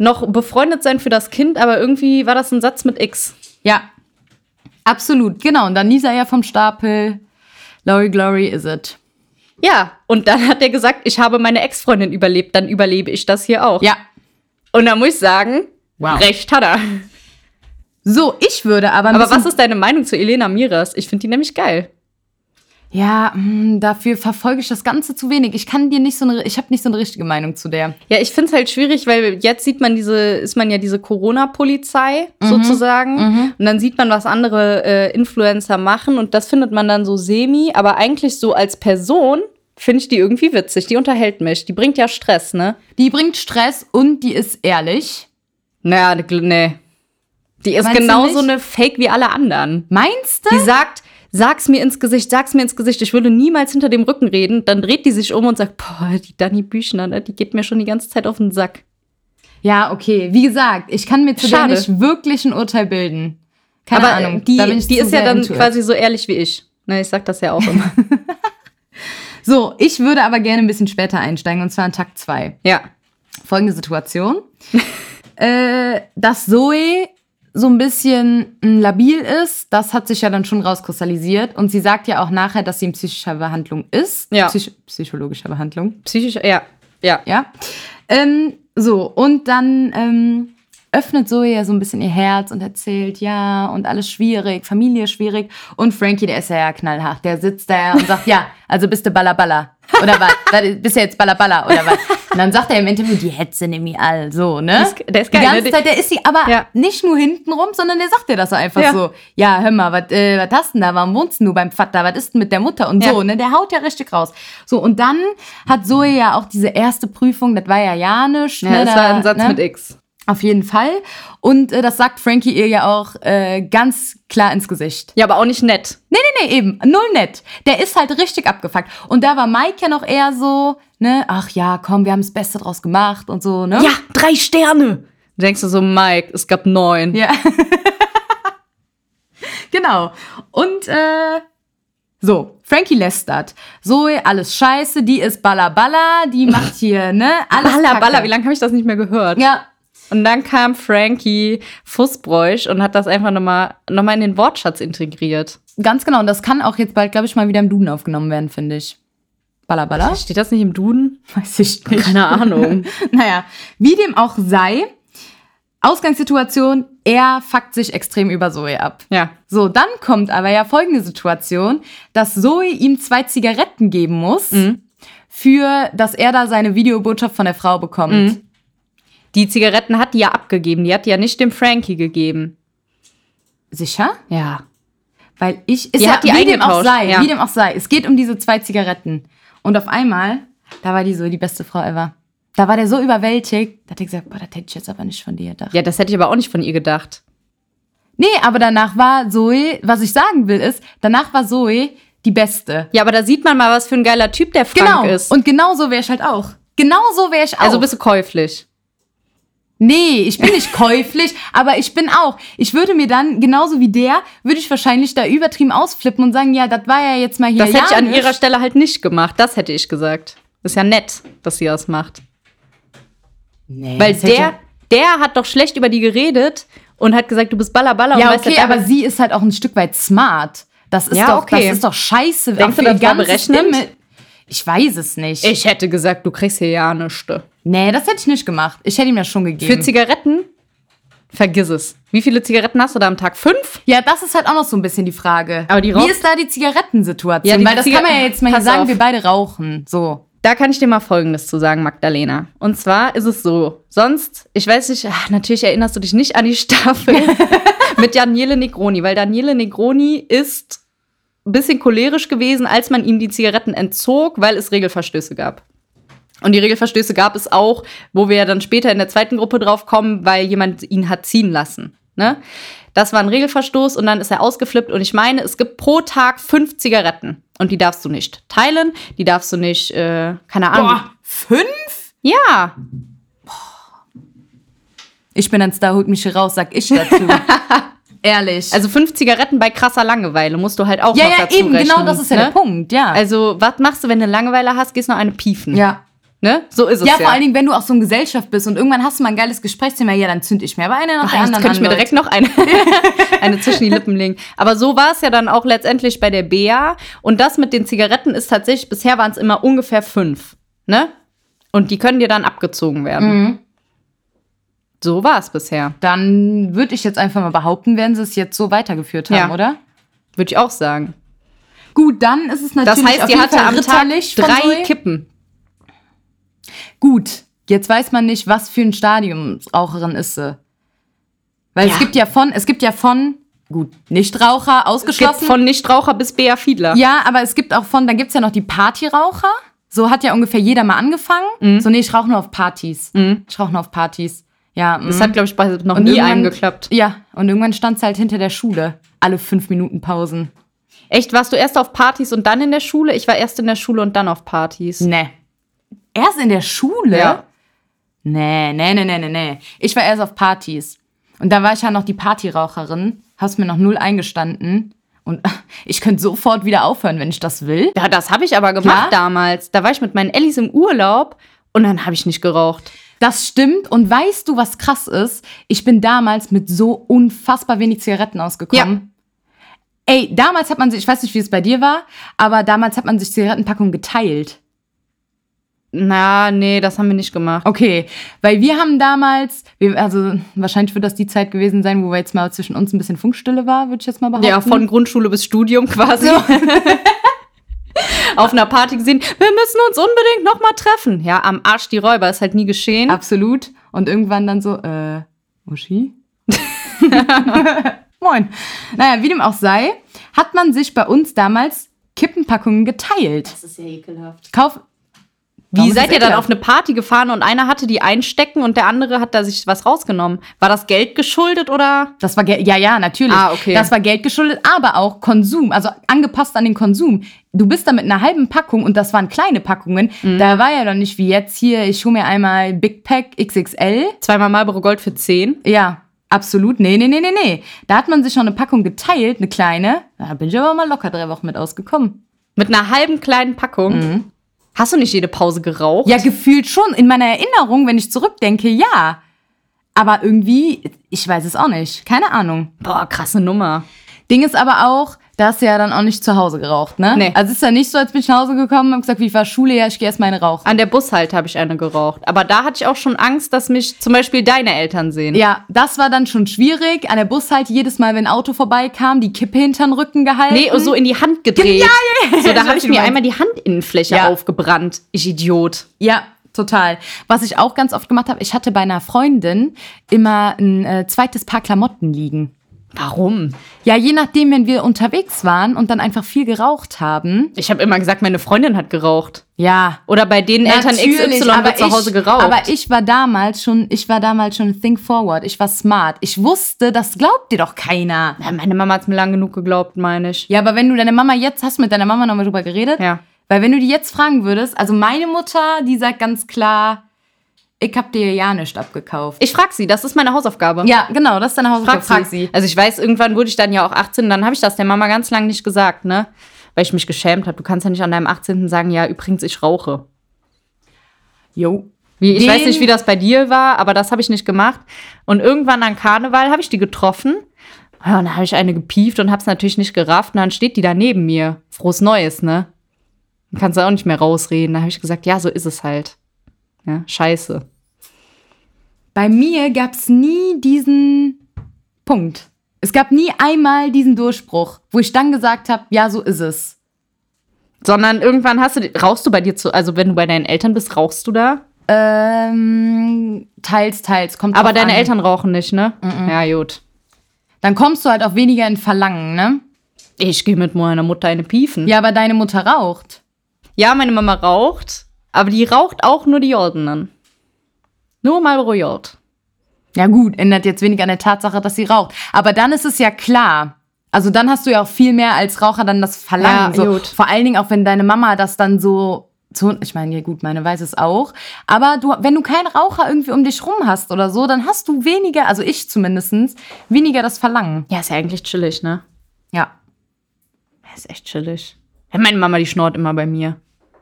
A: noch befreundet sein für das Kind, aber irgendwie war das ein Satz mit X.
B: Ja. Absolut, genau. Und dann Nisa ja vom Stapel. Lori Glory is it.
A: Ja, und dann hat er gesagt, ich habe meine Ex-Freundin überlebt, dann überlebe ich das hier auch.
B: Ja.
A: Und da muss ich sagen,
B: Wow.
A: recht hat
B: [LAUGHS]
A: er.
B: So, ich würde aber. ein
A: Aber
B: bisschen-
A: was ist deine Meinung zu Elena Miras? Ich finde die nämlich geil.
B: Ja, mh, dafür verfolge ich das Ganze zu wenig. Ich kann dir nicht so eine, ich habe nicht so eine richtige Meinung zu der.
A: Ja, ich finde es halt schwierig, weil jetzt sieht man diese, ist man ja diese Corona-Polizei
B: Mhm.
A: sozusagen. Und dann sieht man, was andere äh, Influencer machen und das findet man dann so semi. Aber eigentlich so als Person finde ich die irgendwie witzig. Die unterhält mich. Die bringt ja Stress, ne?
B: Die bringt Stress und die ist ehrlich.
A: Naja, ne, gl- nee. Die ist
B: Meinst du
A: genauso
B: nicht?
A: eine Fake wie alle anderen.
B: Meinst du?
A: Die sagt, sag's mir ins Gesicht, sag's mir ins Gesicht, ich würde niemals hinter dem Rücken reden. Dann dreht die sich um und sagt, boah, die Dani Büchner, ne, die geht mir schon die ganze Zeit auf den Sack.
B: Ja, okay. Wie gesagt, ich kann mir zu
A: Schade.
B: der nicht wirklich ein Urteil bilden. Keine
A: Aber
B: Ahnung.
A: die,
B: da bin ich
A: die
B: zu
A: ist ja
B: sehr
A: dann
B: into it.
A: quasi so ehrlich wie ich. Ne, ich sag das ja auch
B: [LAUGHS]
A: immer.
B: So, ich würde aber gerne ein bisschen später einsteigen und zwar in Takt 2.
A: ja. [LAUGHS]
B: folgende Situation. äh, dass Zoe so ein bisschen mh, labil ist, das hat sich ja dann schon rauskristallisiert. Und sie sagt ja auch nachher, dass sie in psychischer Behandlung ist.
A: Ja.
B: Psych psychologischer Behandlung
A: Psychisch, ja. Ja.
B: ja. Ähm, so, und dann ähm, öffnet Zoe ja so ein bisschen ihr Herz und erzählt, ja, und alles schwierig, Familie schwierig. Und Frankie, der ist ja, ja knallhart, der sitzt da und sagt, ja, also bist du Ballaballa. Oder was? Was, Bist du jetzt Ballaballa oder was? Und dann sagt er im Interview, die Hetze nehme ich all, so, ne?
A: ist- der ist geil,
B: Die
A: ne?
B: ganze
A: Die-
B: Zeit, der ist sie, aber
A: Ja.
B: nicht nur hintenrum, sondern der sagt dir das so einfach
A: Ja.
B: so. Ja, hör mal, was äh, was hast denn da? Warum wohnst denn du beim Vater? Was ist denn mit der Mutter? Und
A: Ja.
B: so, ne? Der haut ja richtig raus. So, und dann hat Zoe ja auch diese erste Prüfung, das war ja Janisch.
A: ja
B: ne,
A: das
B: da,
A: war ein Satz
B: ne?
A: mit X.
B: Auf jeden Fall. Und äh, das sagt Frankie ihr ja auch äh, ganz klar ins Gesicht.
A: Ja, aber auch nicht nett.
B: Nee, nee, nee, eben. Null nett. Der ist halt richtig abgefuckt. Und da war Mike ja noch eher so, ne? Ach ja, komm, wir haben das Beste draus gemacht und so, ne?
A: drei Sterne. Du denkst du so, Mike, es gab neun.
B: Ja. genau. Und äh, so, Frankie lästert. Zoe, alles scheiße, die ist balla balla,
A: [LAUGHS]
B: die macht hier, ne? Alles
A: Balla,
B: Kacke.
A: balla, wie lange habe ich das nicht mehr gehört?
B: Ja,
A: Und dann kam Frankie Fußbräusch und hat das einfach nochmal noch mal in den Wortschatz integriert.
B: ganz genau. Und das kann auch jetzt bald, glaube ich, mal wieder im Duden aufgenommen werden, finde ich. Balla balla?
A: Steht das nicht im Duden?
B: Weiß ich nicht.
A: Keine Ahnung.
B: [LAUGHS] Naja, wie dem auch sei, Ausgangssituation, er fuckt sich extrem über Zoe ab.
A: [LAUGHS] ja.
B: So, dann kommt aber ja folgende Situation, dass Zoe ihm zwei Zigaretten geben muss,
A: Mhm.
B: für dass er da seine Videobotschaft von der Frau bekommt.
A: Mhm. Die Zigaretten hat die ja abgegeben. Die hat die ja nicht dem Frankie gegeben.
B: Sicher?
A: Ja.
B: Weil ich ist
A: Die
B: ja,
A: hat die
B: wie dem auch
A: eingetauscht,
B: sei,
A: ja.
B: wie dem auch sei. Es geht um diese zwei Zigaretten. Und auf einmal, da war die Zoe die beste Frau ever. Da war der so überwältigt, da hat er gesagt, boah, das hätte ich jetzt aber nicht von dir gedacht.
A: Ja, das hätte ich aber auch nicht von ihr gedacht.
B: Nee, aber danach war Zoe, was ich sagen will ist, danach war Zoe die Beste.
A: Ja, aber da sieht man mal, was für ein geiler Typ der Frank
B: Genau.
A: ist.
B: Und genau so wäre ich halt auch. Genau so wäre ich auch.
A: also bist du käuflich.
B: Nee, ich bin
A: [LAUGHS]
B: nicht käuflich, aber ich bin auch. Ich würde mir dann, genauso wie der, würde ich wahrscheinlich da übertrieben ausflippen und sagen, ja, das war ja ne? jetzt mal hier.
A: Das hätte ich an
B: Janisch.
A: ihrer Stelle halt nicht gemacht. Das hätte ich gesagt. Ist ja nett, dass sie das macht.
B: Nee,
A: Weil
B: das hätte-
A: der, der hat doch schlecht über die geredet und hat gesagt, du bist Balla Balla. und
B: Ja,
A: weißt
B: okay,
A: ja gar
B: aber
A: nicht-
B: sie ist halt auch ein Stück weit smart. Das ist,
A: Ja,
B: doch,
A: okay.
B: das ist doch scheiße.
A: Denkst
B: Auch
A: du,
B: für ihr
A: das war
B: ganzes
A: berechnend?
B: Image- Ich weiß es nicht.
A: Ich hätte gesagt, du kriegst hier ja nichts.
B: Mhm. nee, das hätte ich nicht gemacht. Ich hätte ihm das schon gegeben.
A: Für Zigaretten? Vergiss es. Wie viele Zigaretten hast du da am Tag? Fünf?
B: Ja, das ist halt auch noch so ein bisschen die Frage.
A: Aber die
B: Wie
A: raucht-
B: ist da die Zigarettensituation?
A: Ja, die
B: Weil das kann man
A: Zigaretten-
B: ja jetzt mal hier
A: Pass
B: sagen,
A: auf.
B: wir beide rauchen. So.
A: Da kann ich dir mal Folgendes zu sagen, Magdalena. Und zwar ist es so. Sonst, ich weiß nicht, ach, natürlich erinnerst du dich nicht an die Staffel mit Daniele Negroni, weil Daniele Negroni ist ein bisschen cholerisch gewesen, als man ihm die Zigaretten entzog, weil es Regelverstöße gab. Und die Regelverstöße gab es auch, wo wir ja dann später in der zweiten Gruppe drauf kommen, weil jemand ihn hat ziehen lassen. Ne? Das war ein Regelverstoß und dann ist er ausgeflippt. Und ich meine, es gibt pro Tag fünf Zigaretten. Und die darfst du nicht teilen, die darfst du nicht, äh, keine Ahnung.
B: fünf?
A: Ja,
B: Ich bin ein Star, holt mich hier raus, sag ich dazu.
A: [LAUGHS]
B: Ehrlich.
A: also fünf Zigaretten bei krasser Langeweile musst du halt auch
B: ja,
A: noch
B: ja,
A: dazu
B: eben,
A: rechnen,
B: genau das ist ja
A: ne?
B: der Punkt, ja.
A: Also, was machst du, wenn du Langeweile hast? Gehst noch eine piefen.
B: ja.
A: Ne? So ist es.
B: Ja,
A: Ja,
B: vor allen Dingen, wenn du auch so in Gesellschaft bist und irgendwann hast du mal ein geiles Gesprächsthema, ja, dann zünd ich mir aber eine nach
A: Ach,
B: der
A: jetzt
B: anderen
A: könnte ich mir
B: an,
A: direkt noch eine, eine [LAUGHS] zwischen die Lippen legen. Aber so war es ja dann auch letztendlich bei der Bea. Und das mit den Zigaretten ist tatsächlich, bisher waren es immer ungefähr fünf. Ne? Und die können dir dann abgezogen werden.
B: Mhm.
A: So war es bisher.
B: Dann würde ich jetzt einfach mal behaupten, werden sie es jetzt so weitergeführt haben,
A: Ja.
B: oder?
A: Würde ich auch sagen.
B: Gut, dann ist es
A: Das
B: natürlich
A: heißt,
B: auf
A: die
B: jeden
A: hatte
B: Fall
A: am Tag
B: ritterlich von
A: drei
B: Zoe.
A: Kippen.
B: Gut, jetzt weiß man nicht, was für ein Stadium Raucherin ist sie. Weil es
A: Ja.
B: gibt ja von, es gibt ja von, gut, Nichtraucher
A: Gibt
B: ausgeschlossen.
A: von Nichtraucher bis Bea Fiedler.
B: ja, aber es gibt auch von, dann gibt's ja noch die Partyraucher. So hat ja ungefähr jeder mal angefangen.
A: Mhm.
B: So, nee, ich rauche nur auf Partys. Ich rauche nur auf Partys. Ja,
A: Das
B: mhm.
A: hat, glaube ich, bei noch
B: Und
A: nie
B: irgendwann-
A: einem geklappt.
B: Ja, und irgendwann stand's halt hinter der Schule. Alle fünf Minuten Pausen.
A: Echt, warst du erst auf Partys und dann in der Schule? Ich war erst in der Schule und dann auf Partys.
B: Nee. Erst in der Schule?
A: Ja.
B: Nee, nee, nee, nee, nee, nee. Ich war erst auf Partys. Und da war ich ja noch die Partyraucherin. Hast mir noch null eingestanden. Und [LAUGHS] ich könnte sofort wieder aufhören, wenn ich das will.
A: Ja, das habe ich aber gemacht
B: Klar.
A: damals. Da war ich mit meinen Ellis im Urlaub und dann habe ich nicht geraucht.
B: Das stimmt. Und weißt du, was krass ist? Ich bin damals mit so unfassbar wenig Zigaretten ausgekommen. Ey, damals hat man sich, ich weiß nicht, wie es bei dir war, aber damals hat man sich Zigarettenpackungen geteilt.
A: Na, nee, das haben wir nicht gemacht.
B: Okay, weil wir haben damals, wir, also wahrscheinlich wird das die Zeit gewesen sein, wo wir jetzt mal zwischen uns ein bisschen Funkstille war, würde ich jetzt mal behaupten.
A: Ja, von Grundschule bis Studium [LAUGHS] quasi. Auf einer Party gesehen, wir müssen uns unbedingt nochmal treffen. Ja, am Arsch die Räuber ist halt nie geschehen.
B: absolut. Und irgendwann dann so, äh, Uschi? [LAUGHS] Moin. Naja, wie dem auch sei, hat man sich bei uns damals Kippenpackungen geteilt.
A: Das ist ja ekelhaft.
B: Kauf. Warum
A: Wie
B: ist
A: seid
B: das
A: ihr dann
B: ekelhaft?
A: auf eine Party gefahren und einer hatte die einstecken und der andere hat da sich was rausgenommen? War das Geld geschuldet oder?
B: Das war Geld, ja, ja, natürlich.
A: Ah, okay.
B: Das war Geld geschuldet, aber auch Konsum, also angepasst an den Konsum. Du bist da mit einer halben Packung und das waren kleine Packungen. Da war ja doch nicht wie jetzt hier, ich hole mir einmal Big Pack XXL.
A: Zweimal Marlboro Gold für 10.
B: Ja, absolut. Nee, nee, nee, nee, nee. Da hat man sich schon eine Packung geteilt, eine kleine. Da bin ich aber mal locker drei Wochen mit ausgekommen.
A: Mit einer halben kleinen Packung. Hast du nicht jede Pause geraucht?
B: Mhm. Ja, gefühlt schon. In meiner Erinnerung, wenn ich zurückdenke, ja. Aber irgendwie, ich weiß es auch nicht. Keine Ahnung.
A: Boah, krasse Nummer.
B: Ding ist aber auch, da hast du ja dann auch nicht zu Hause geraucht, ne?
A: Nee.
B: Also es ist ja nicht so, als bin ich nach Hause gekommen und hab gesagt, wie war Schule? Ja, ich gehe erst meine rauchen.
A: An der Bushalte habe ich eine geraucht. Aber da hatte ich auch schon Angst, dass mich zum Beispiel deine Eltern sehen.
B: Ja, das war dann schon schwierig. An der Bushalte jedes Mal, wenn ein Auto vorbeikam, die Kippe hintern Rücken gehalten.
A: Nee, so in die Hand gedreht. So, da
B: ich
A: habe
B: weiß,
A: ich
B: wie
A: mir
B: du
A: einmal die Handinnenfläche
B: Ja.
A: aufgebrannt. Ich Idiot.
B: Ja, total. Was ich auch ganz oft gemacht habe, ich hatte bei einer Freundin immer ein äh, zweites Paar Klamotten liegen.
A: Warum?
B: Ja, je nachdem, wenn wir unterwegs waren und dann einfach viel geraucht haben.
A: Ich habe immer gesagt, meine Freundin hat geraucht.
B: Ja.
A: Oder bei denen Eltern
B: Natürlich,
A: XY
B: aber
A: wird zu Hause
B: ich,
A: geraucht.
B: Aber ich war damals schon, ich war damals schon think forward. Ich war smart. Ich wusste, das glaubt dir doch keiner.
A: ja, meine Mama hat mir lang genug geglaubt, meine ich.
B: Ja, aber wenn du deine Mama jetzt, hast du mit deiner Mama nochmal drüber geredet?
A: Ja.
B: Weil wenn du die jetzt fragen würdest, also meine Mutter, die sagt ganz klar, ich hab dir ja nicht abgekauft.
A: Ich frag sie, das ist meine Hausaufgabe.
B: Ja, genau, das ist deine Hausaufgabe.
A: Frag, sie. Also ich weiß, irgendwann wurde ich dann ja auch 18, dann habe ich das der Mama ganz lange nicht gesagt, ne? Weil ich mich geschämt habe. Du kannst ja nicht an deinem 18. sagen, ja, übrigens, ich rauche.
B: Jo.
A: Wie, ich
B: Den-
A: weiß nicht, wie das bei dir war, aber das habe ich nicht gemacht. Und irgendwann an Karneval habe ich die getroffen. Ja, und dann habe ich eine gepieft und habe es natürlich nicht gerafft. Und dann steht die da neben mir. Frohes Neues, ne? Dann kannst du auch nicht mehr rausreden. Da habe ich gesagt, ja, so ist es halt. Ja, scheiße.
B: bei mir gab es nie diesen Punkt. Es gab nie einmal diesen Durchbruch, wo ich dann gesagt habe, ja, so ist es.
A: Sondern irgendwann hast du, rauchst du bei dir zu, also wenn du bei deinen Eltern bist, rauchst du da?
B: Ähm, teils, teils. Kommt
A: Aber
B: drauf
A: deine
B: an.
A: Eltern rauchen nicht, ne? Ja, gut.
B: Dann kommst du halt auch weniger in Verlangen, ne?
A: Ich gehe mit meiner Mutter eine Piefen. Ja.
B: Ja, aber deine Mutter raucht.
A: meine Mama raucht, aber die raucht auch nur die Jordanen. Nur Marlboro Jord.
B: Ja, gut, ändert jetzt wenig an der Tatsache, dass sie raucht. Aber dann ist es ja klar. Also dann hast du ja auch viel mehr als Raucher dann das Verlangen.
A: Ja,
B: so.
A: gut.
B: Vor allen Dingen auch, wenn deine Mama das dann so zu, ich meine, ja gut, meine weiß es auch. Aber du, wenn du keinen Raucher irgendwie um dich rum hast oder so, dann hast du weniger, also ich zumindestens weniger das Verlangen.
A: Ja, ist ja eigentlich chillig, ne?
B: Ja.
A: Ja, ist echt chillig. Ja, meine Mama, die schnort immer bei mir.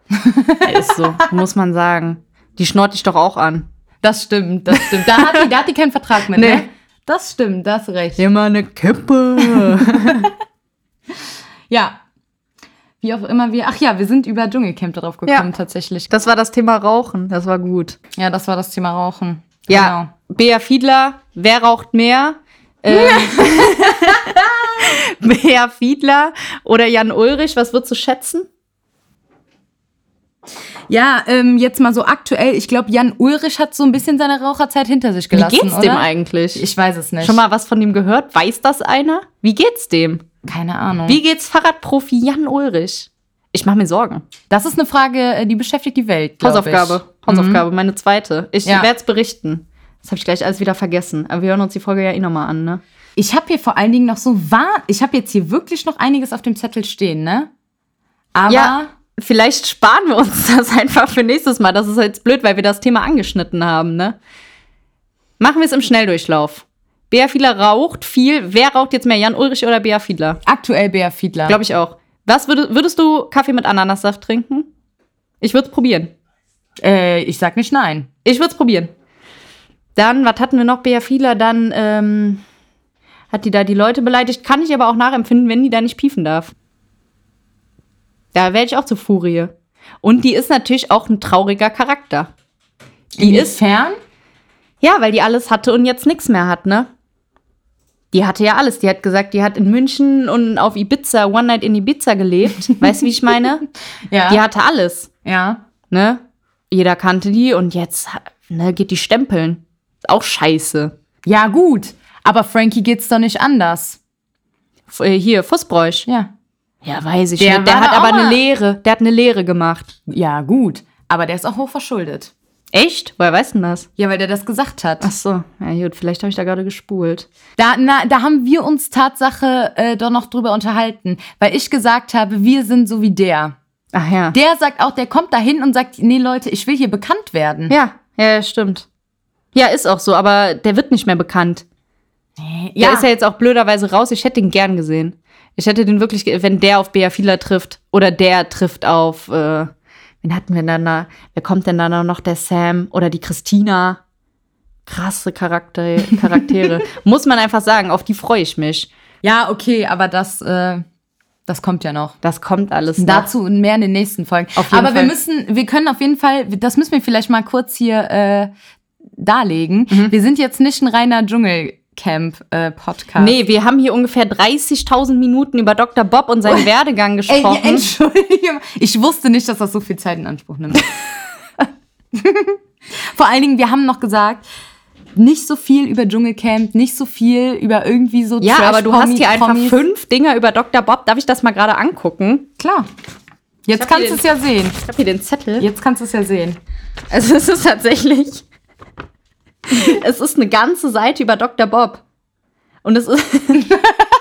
A: Ja, ist so, [LAUGHS] muss man sagen. Die schnort dich doch auch an.
B: Das stimmt, das stimmt. Da hat die, da hat die keinen
A: [LAUGHS]
B: Vertrag mit,
A: Nee.
B: ne? Das stimmt, das recht.
A: Immer eine Kippe.
B: Ja. Wie auch immer wir. Ach ja, wir sind über Dschungelcamp darauf gekommen,
A: Ja.
B: tatsächlich.
A: Das war das Thema Rauchen. Das war gut.
B: Ja, das war das Thema Rauchen. Genau.
A: Ja, Bea Fiedler, wer raucht mehr? Ähm, [LAUGHS] Bea Fiedler oder Jan Ulrich, was würdest du schätzen?
B: Genau. Ja, ähm, jetzt mal so aktuell. Ich glaube, Jan Ulrich hat so ein bisschen seine Raucherzeit hinter sich
A: Wie
B: gelassen.
A: geht's
B: oder?
A: dem eigentlich?
B: Ich weiß es nicht.
A: Schon mal was von dem gehört? Weiß das einer? Wie geht's dem?
B: Keine Ahnung.
A: Wie geht's Fahrradprofi Jan Ulrich? Ich mache mir Sorgen.
B: Das ist eine Frage, äh, die beschäftigt die Welt. glaub Mhm.
A: Hausaufgabe. Hausaufgabe, meine zweite. Ich
B: Ja.
A: werde es berichten. Das habe ich gleich alles wieder vergessen. Aber wir hören uns die Folge ja eh nochmal an, ne?
B: Ich, ich habe hier vor allen Dingen noch so wahr. Ich habe jetzt hier wirklich noch einiges auf dem Zettel stehen, ne? Aber.
A: Ja, vielleicht sparen wir uns [LAUGHS] das einfach für nächstes Mal. Das ist jetzt blöd, weil wir das Thema angeschnitten haben, ne? Machen wir es im Schnelldurchlauf. Bea Fiedler raucht viel. Wer raucht jetzt mehr, Jan Ulrich oder Bea Fiedler?
B: Aktuell Bea Fiedler.
A: Glaube ich auch. Was würdest, würdest du Kaffee mit Ananassaft trinken? Ich würde es probieren.
B: äh, ich sag nicht nein.
A: Ich würde es probieren. Dann, was hatten wir noch? Bea Fiedler, dann ähm, hat die da die Leute beleidigt. Kann ich aber auch nachempfinden, wenn die da nicht piefen darf. Da werde ich auch zur Furie. Und die ist natürlich auch ein trauriger Charakter. Die ist,
B: fern.
A: ja, weil die alles hatte und jetzt nichts mehr hat, ne? Die hatte ja alles. Die hat gesagt, die hat in München und auf Ibiza, One Night in Ibiza gelebt. Weißt du, wie ich meine?
B: Ja.
A: Die hatte alles
B: ja.
A: ne? Jeder kannte die und jetzt ne, geht die stempeln. Ist auch scheiße.
B: Ja, gut. Aber Frankie geht's doch nicht anders.
A: F äh, hier, Fußbräuch.
B: Ja.
A: Ja, weiß ich
B: Der
A: nicht. Der
B: war
A: hat
B: da auch
A: aber eine
B: mal.
A: Lehre. Der hat eine Lehre gemacht.
B: Ja, gut. Aber der ist auch hochverschuldet.
A: Echt? Woher weißt du denn das?
B: Ja, weil der das gesagt hat.
A: Ach so. Ja, gut, vielleicht habe ich da gerade gespult.
B: Da, na, da haben wir uns Tatsache äh, doch noch drüber unterhalten, weil ich gesagt habe, wir sind so wie der.
A: Ach ja.
B: Der sagt auch, der kommt dahin und sagt, nee Leute, ich will hier bekannt werden.
A: Ja, ja, ja, stimmt. Ja, ist auch so, aber der wird nicht mehr bekannt.
B: Ja.
A: Der ist ja jetzt auch blöderweise raus. Ich hätte ihn gern gesehen. Ich hätte den wirklich, ge- wenn der auf Bea Fiedler trifft oder der trifft auf, äh, wen hatten wir denn da? Wer kommt denn da noch? Der Sam oder die Christina? Krasse Charakter [LAUGHS] Charaktere. Muss man einfach sagen, auf die freue ich mich.
B: ja, okay, aber das, äh, das kommt ja noch.
A: Das kommt alles. nach.
B: Dazu mehr in den nächsten Folgen.
A: Auf jeden
B: Aber wir
A: Fall.
B: müssen, wir können auf jeden Fall, das müssen wir vielleicht mal kurz hier äh, darlegen.
A: Mhm.
B: Wir sind jetzt nicht ein reiner äh, Dschungelcamp-Podcast.
A: Nee, wir haben hier ungefähr 30.000 Minuten über Dr. Bob und seinen Werdegang
B: Ey, ja,
A: gesprochen.
B: entschuldige. Ich wusste nicht, dass das so viel Zeit in Anspruch [LAUGHS] nimmt. Vor allen Dingen, wir haben noch gesagt, nicht so viel über Dschungelcamp, nicht so viel über irgendwie so
A: ja,
B: Trash-
A: aber du
B: Promi-
A: hast hier einfach
B: Promis.
A: fünf Dinger über Dr. Bob. Darf ich das mal gerade angucken?
B: Klar.
A: Ich
B: Jetzt
A: hab
B: kannst
A: hier
B: du es ja sehen.
A: Ich habe hier den Zettel.
B: Jetzt kannst du es ja sehen.
A: Also es ist tatsächlich, [LAUGHS] es ist eine ganze Seite über Dr. Bob. Und es ist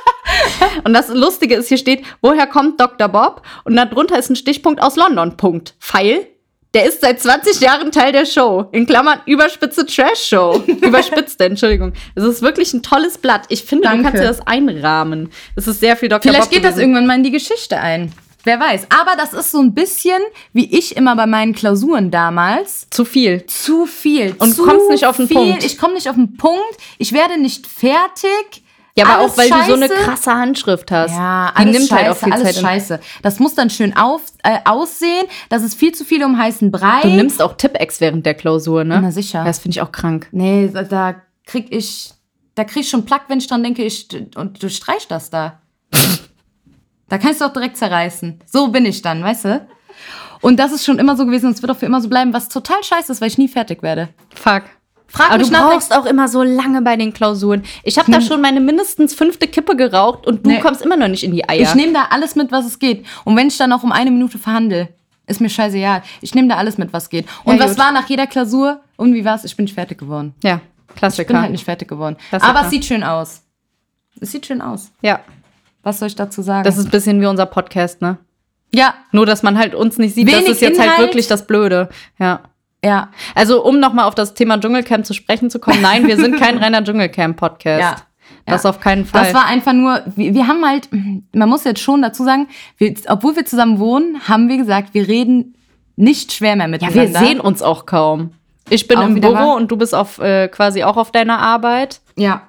A: [LAUGHS] und das Lustige ist, hier steht, woher kommt Dr. Bob? Und darunter ist ein Stichpunkt aus London. Punkt. Pfeil. Der ist seit 20 Jahren Teil der Show. In Klammern überspitze
B: [LAUGHS]
A: Trash-Show. Überspitzte, Entschuldigung. Es ist wirklich ein tolles Blatt. Ich finde,
B: Danke.
A: du kannst dir das einrahmen. Es ist sehr viel Dr.
B: Vielleicht
A: Bob.
B: geht das
A: gewesen.
B: irgendwann mal in die Geschichte ein. Wer weiß. Aber das ist so ein bisschen, wie ich immer bei meinen Klausuren damals,
A: zu viel.
B: zu viel.
A: Und
B: zu
A: kommst nicht auf den
B: viel.
A: Punkt.
B: Ich komme nicht auf den Punkt. Ich werde nicht fertig.
A: Ja, aber
B: Alles
A: auch, weil du so eine
B: scheiße.
A: krasse Handschrift hast.
B: Ja,
A: Die
B: alles
A: nimmt
B: scheiße,
A: halt auch viel
B: alles
A: Zeit in-
B: scheiße. Das muss dann schön auf, äh, aussehen. Das ist viel zu viel um heißen Brei.
A: Du nimmst auch Tippex während der Klausur, ne?
B: Na sicher.
A: Das finde ich auch krank.
B: nee, da, da krieg ich, da krieg ich schon Plack, wenn ich dran denke, ich, und du streichst das [LAUGHS] da. da kannst du auch direkt zerreißen. So bin ich dann, weißt du? Und das ist schon immer so gewesen und es wird auch für immer so bleiben, was total scheiße ist, weil ich nie fertig werde.
A: Fuck.
B: Frag
A: Aber
B: mich
A: du
B: nach
A: brauchst Hm. auch immer so lange bei den Klausuren. Ich habe da schon meine mindestens fünfte Kippe geraucht und du
B: Nee.
A: kommst immer noch nicht in die Eier.
B: Ich nehme da alles mit, was es geht. Und wenn ich dann noch um eine Minute verhandel, ist mir scheißegal. Ich nehme da alles mit, was geht. Und
A: Ja,
B: was
A: gut.
B: war nach jeder Klausur? Und wie war's? Ich bin nicht fertig geworden.
A: ja,
B: Ich bin
A: Klassiker.
B: halt nicht fertig geworden.
A: Das ist
B: Aber
A: klar.
B: es sieht schön aus. Es sieht schön aus.
A: ja,
B: Was soll ich dazu sagen?
A: das ist ein bisschen wie unser Podcast, ne?
B: ja,
A: Nur, dass man halt uns nicht sieht,
B: Wenig
A: das ist jetzt halt
B: Inhalt.
A: wirklich das Blöde. Ja.
B: ja,
A: Also, um nochmal auf das Thema Dschungelcamp zu sprechen zu kommen, nein, wir sind [LAUGHS] kein reiner Dschungelcamp-Podcast.
B: Ja.
A: Das auf keinen Fall.
B: das war einfach nur, wir, wir haben halt, man muss jetzt schon dazu sagen, wir, obwohl wir zusammen wohnen, haben wir gesagt, wir reden nicht schwer mehr
A: ja,
B: miteinander.
A: wir sehen uns auch kaum. Ich bin
B: Auch
A: im
B: wieder
A: Büro
B: wahr.
A: und du bist auf, äh, quasi auch auf deiner Arbeit.
B: Ja,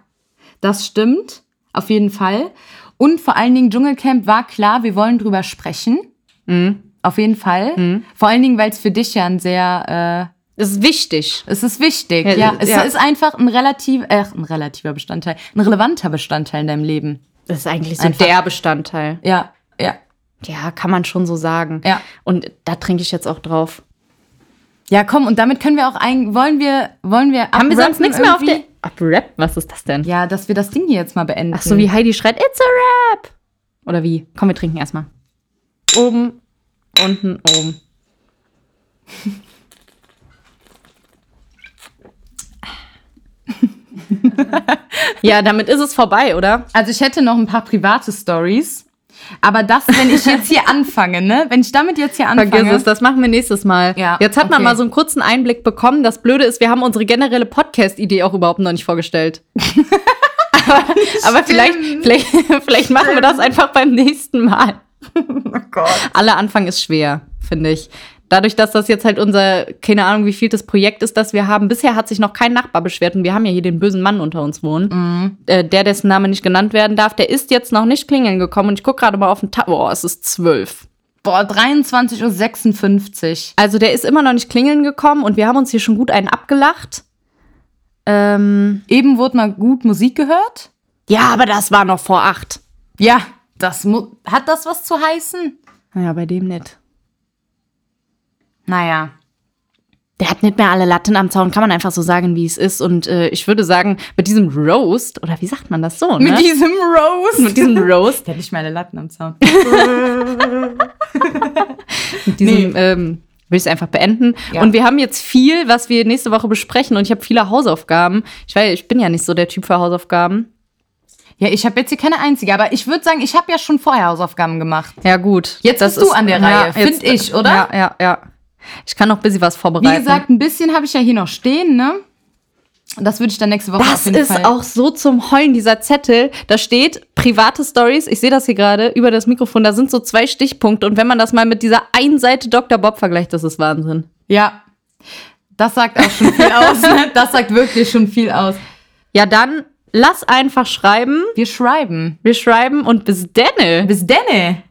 B: das stimmt. Auf jeden Fall. Und vor allen Dingen, Dschungelcamp war klar, wir wollen drüber sprechen.
A: Mhm.
B: Auf jeden Fall. Vor allen Dingen, weil es für dich ja ein sehr,
A: Das ist wichtig.
B: äh, es ist wichtig.
A: Ja,
B: Ja, es
A: ja.
B: ist einfach ein relativ, äh, ein relativer Bestandteil, ein relevanter Bestandteil in deinem Leben.
A: Das ist eigentlich so
B: Einfach.
A: der Bestandteil.
B: Ja, ja,
A: Ja, kann man schon so sagen.
B: ja.
A: Und da trinke ich jetzt auch drauf.
B: Ja, komm, und damit können wir auch ein, wollen wir, wollen wir
A: Haben wir sonst
B: abrappen
A: nichts mehr auf der.
B: irgendwie?
A: Abrap? Was ist das denn?
B: Ja, dass wir das Ding hier jetzt mal beenden.
A: Ach so, wie Heidi schreit, it's a rap. Oder wie? Komm, wir trinken erstmal. Oben, unten, [LAUGHS] oben. ja, damit ist es vorbei, oder?
B: Also ich hätte noch ein paar private Stories, aber das, wenn ich
A: [LAUGHS]
B: jetzt hier anfange, ne? Wenn ich damit jetzt hier anfange.
A: Vergiss es, das machen wir nächstes Mal.
B: Ja,
A: Jetzt hat man
B: okay.
A: mal so einen kurzen Einblick bekommen. Das Blöde ist, wir haben unsere generelle Podcast-Idee auch überhaupt noch nicht
B: [LAUGHS]
A: vorgestellt. aber aber vielleicht, vielleicht, vielleicht machen wir das einfach beim nächsten Mal.
B: Oh
A: Alle Anfang ist schwer, finde ich. Dadurch, dass das jetzt halt unser, keine Ahnung, wie viel das Projekt ist, das wir haben. Bisher hat sich noch kein Nachbar beschwert und wir haben ja hier den bösen Mann unter uns wohnen.
B: Mhm.
A: Äh, der, dessen Name nicht genannt werden darf, der ist jetzt noch nicht klingeln gekommen und ich gucke gerade mal auf den Tab. Boah, es ist zwölf.
B: Boah, 23.56 Uhr.
A: Also der ist immer noch nicht klingeln gekommen und wir haben uns hier schon gut einen abgelacht. Ähm,
B: Eben wurde mal gut Musik gehört.
A: ja, aber das war noch vor acht.
B: Ja, das mu hat das was zu heißen?
A: Naja, bei dem nicht.
B: Naja.
A: Der hat nicht mehr alle Latten am Zaun, kann man einfach so sagen, wie es ist. Und äh, ich würde sagen, mit diesem Roast, oder wie sagt man das so, ne?
B: Mit diesem Rose.
A: mit diesem Roast,
B: Der hat nicht meine Latten am Zaun.
A: mit diesem, ähm, will ich es einfach beenden.
B: Ja.
A: Und wir haben jetzt viel, was wir nächste Woche besprechen und ich habe viele Hausaufgaben. Ich weiß, ich bin ja nicht so der Typ für Hausaufgaben.
B: Ja, ich habe jetzt hier keine einzige, aber ich würde sagen, ich habe ja schon vorher Hausaufgaben gemacht.
A: Ja, gut.
B: Jetzt
A: Das
B: bist du an der Reihe,
A: jetzt-
B: find ich, oder?
A: Ja, ja, ja. Ich kann noch ein bisschen was vorbereiten.
B: Wie gesagt, ein bisschen habe ich ja hier noch stehen, ne? Das würde ich dann nächste Woche auf
A: Das
B: jeden
A: ist
B: Fall.
A: auch so zum Heulen, dieser Zettel. Da steht private Stories, ich sehe das hier gerade über das Mikrofon, da sind so zwei Stichpunkte. Und wenn man das mal mit dieser einen Seite Dr. Bob vergleicht, das ist Wahnsinn.
B: Ja. Das sagt auch schon viel aus. ne? Das sagt wirklich schon viel aus.
A: Ja, dann lass einfach schreiben.
B: Wir schreiben.
A: Wir schreiben und bis denne.
B: Bis denne.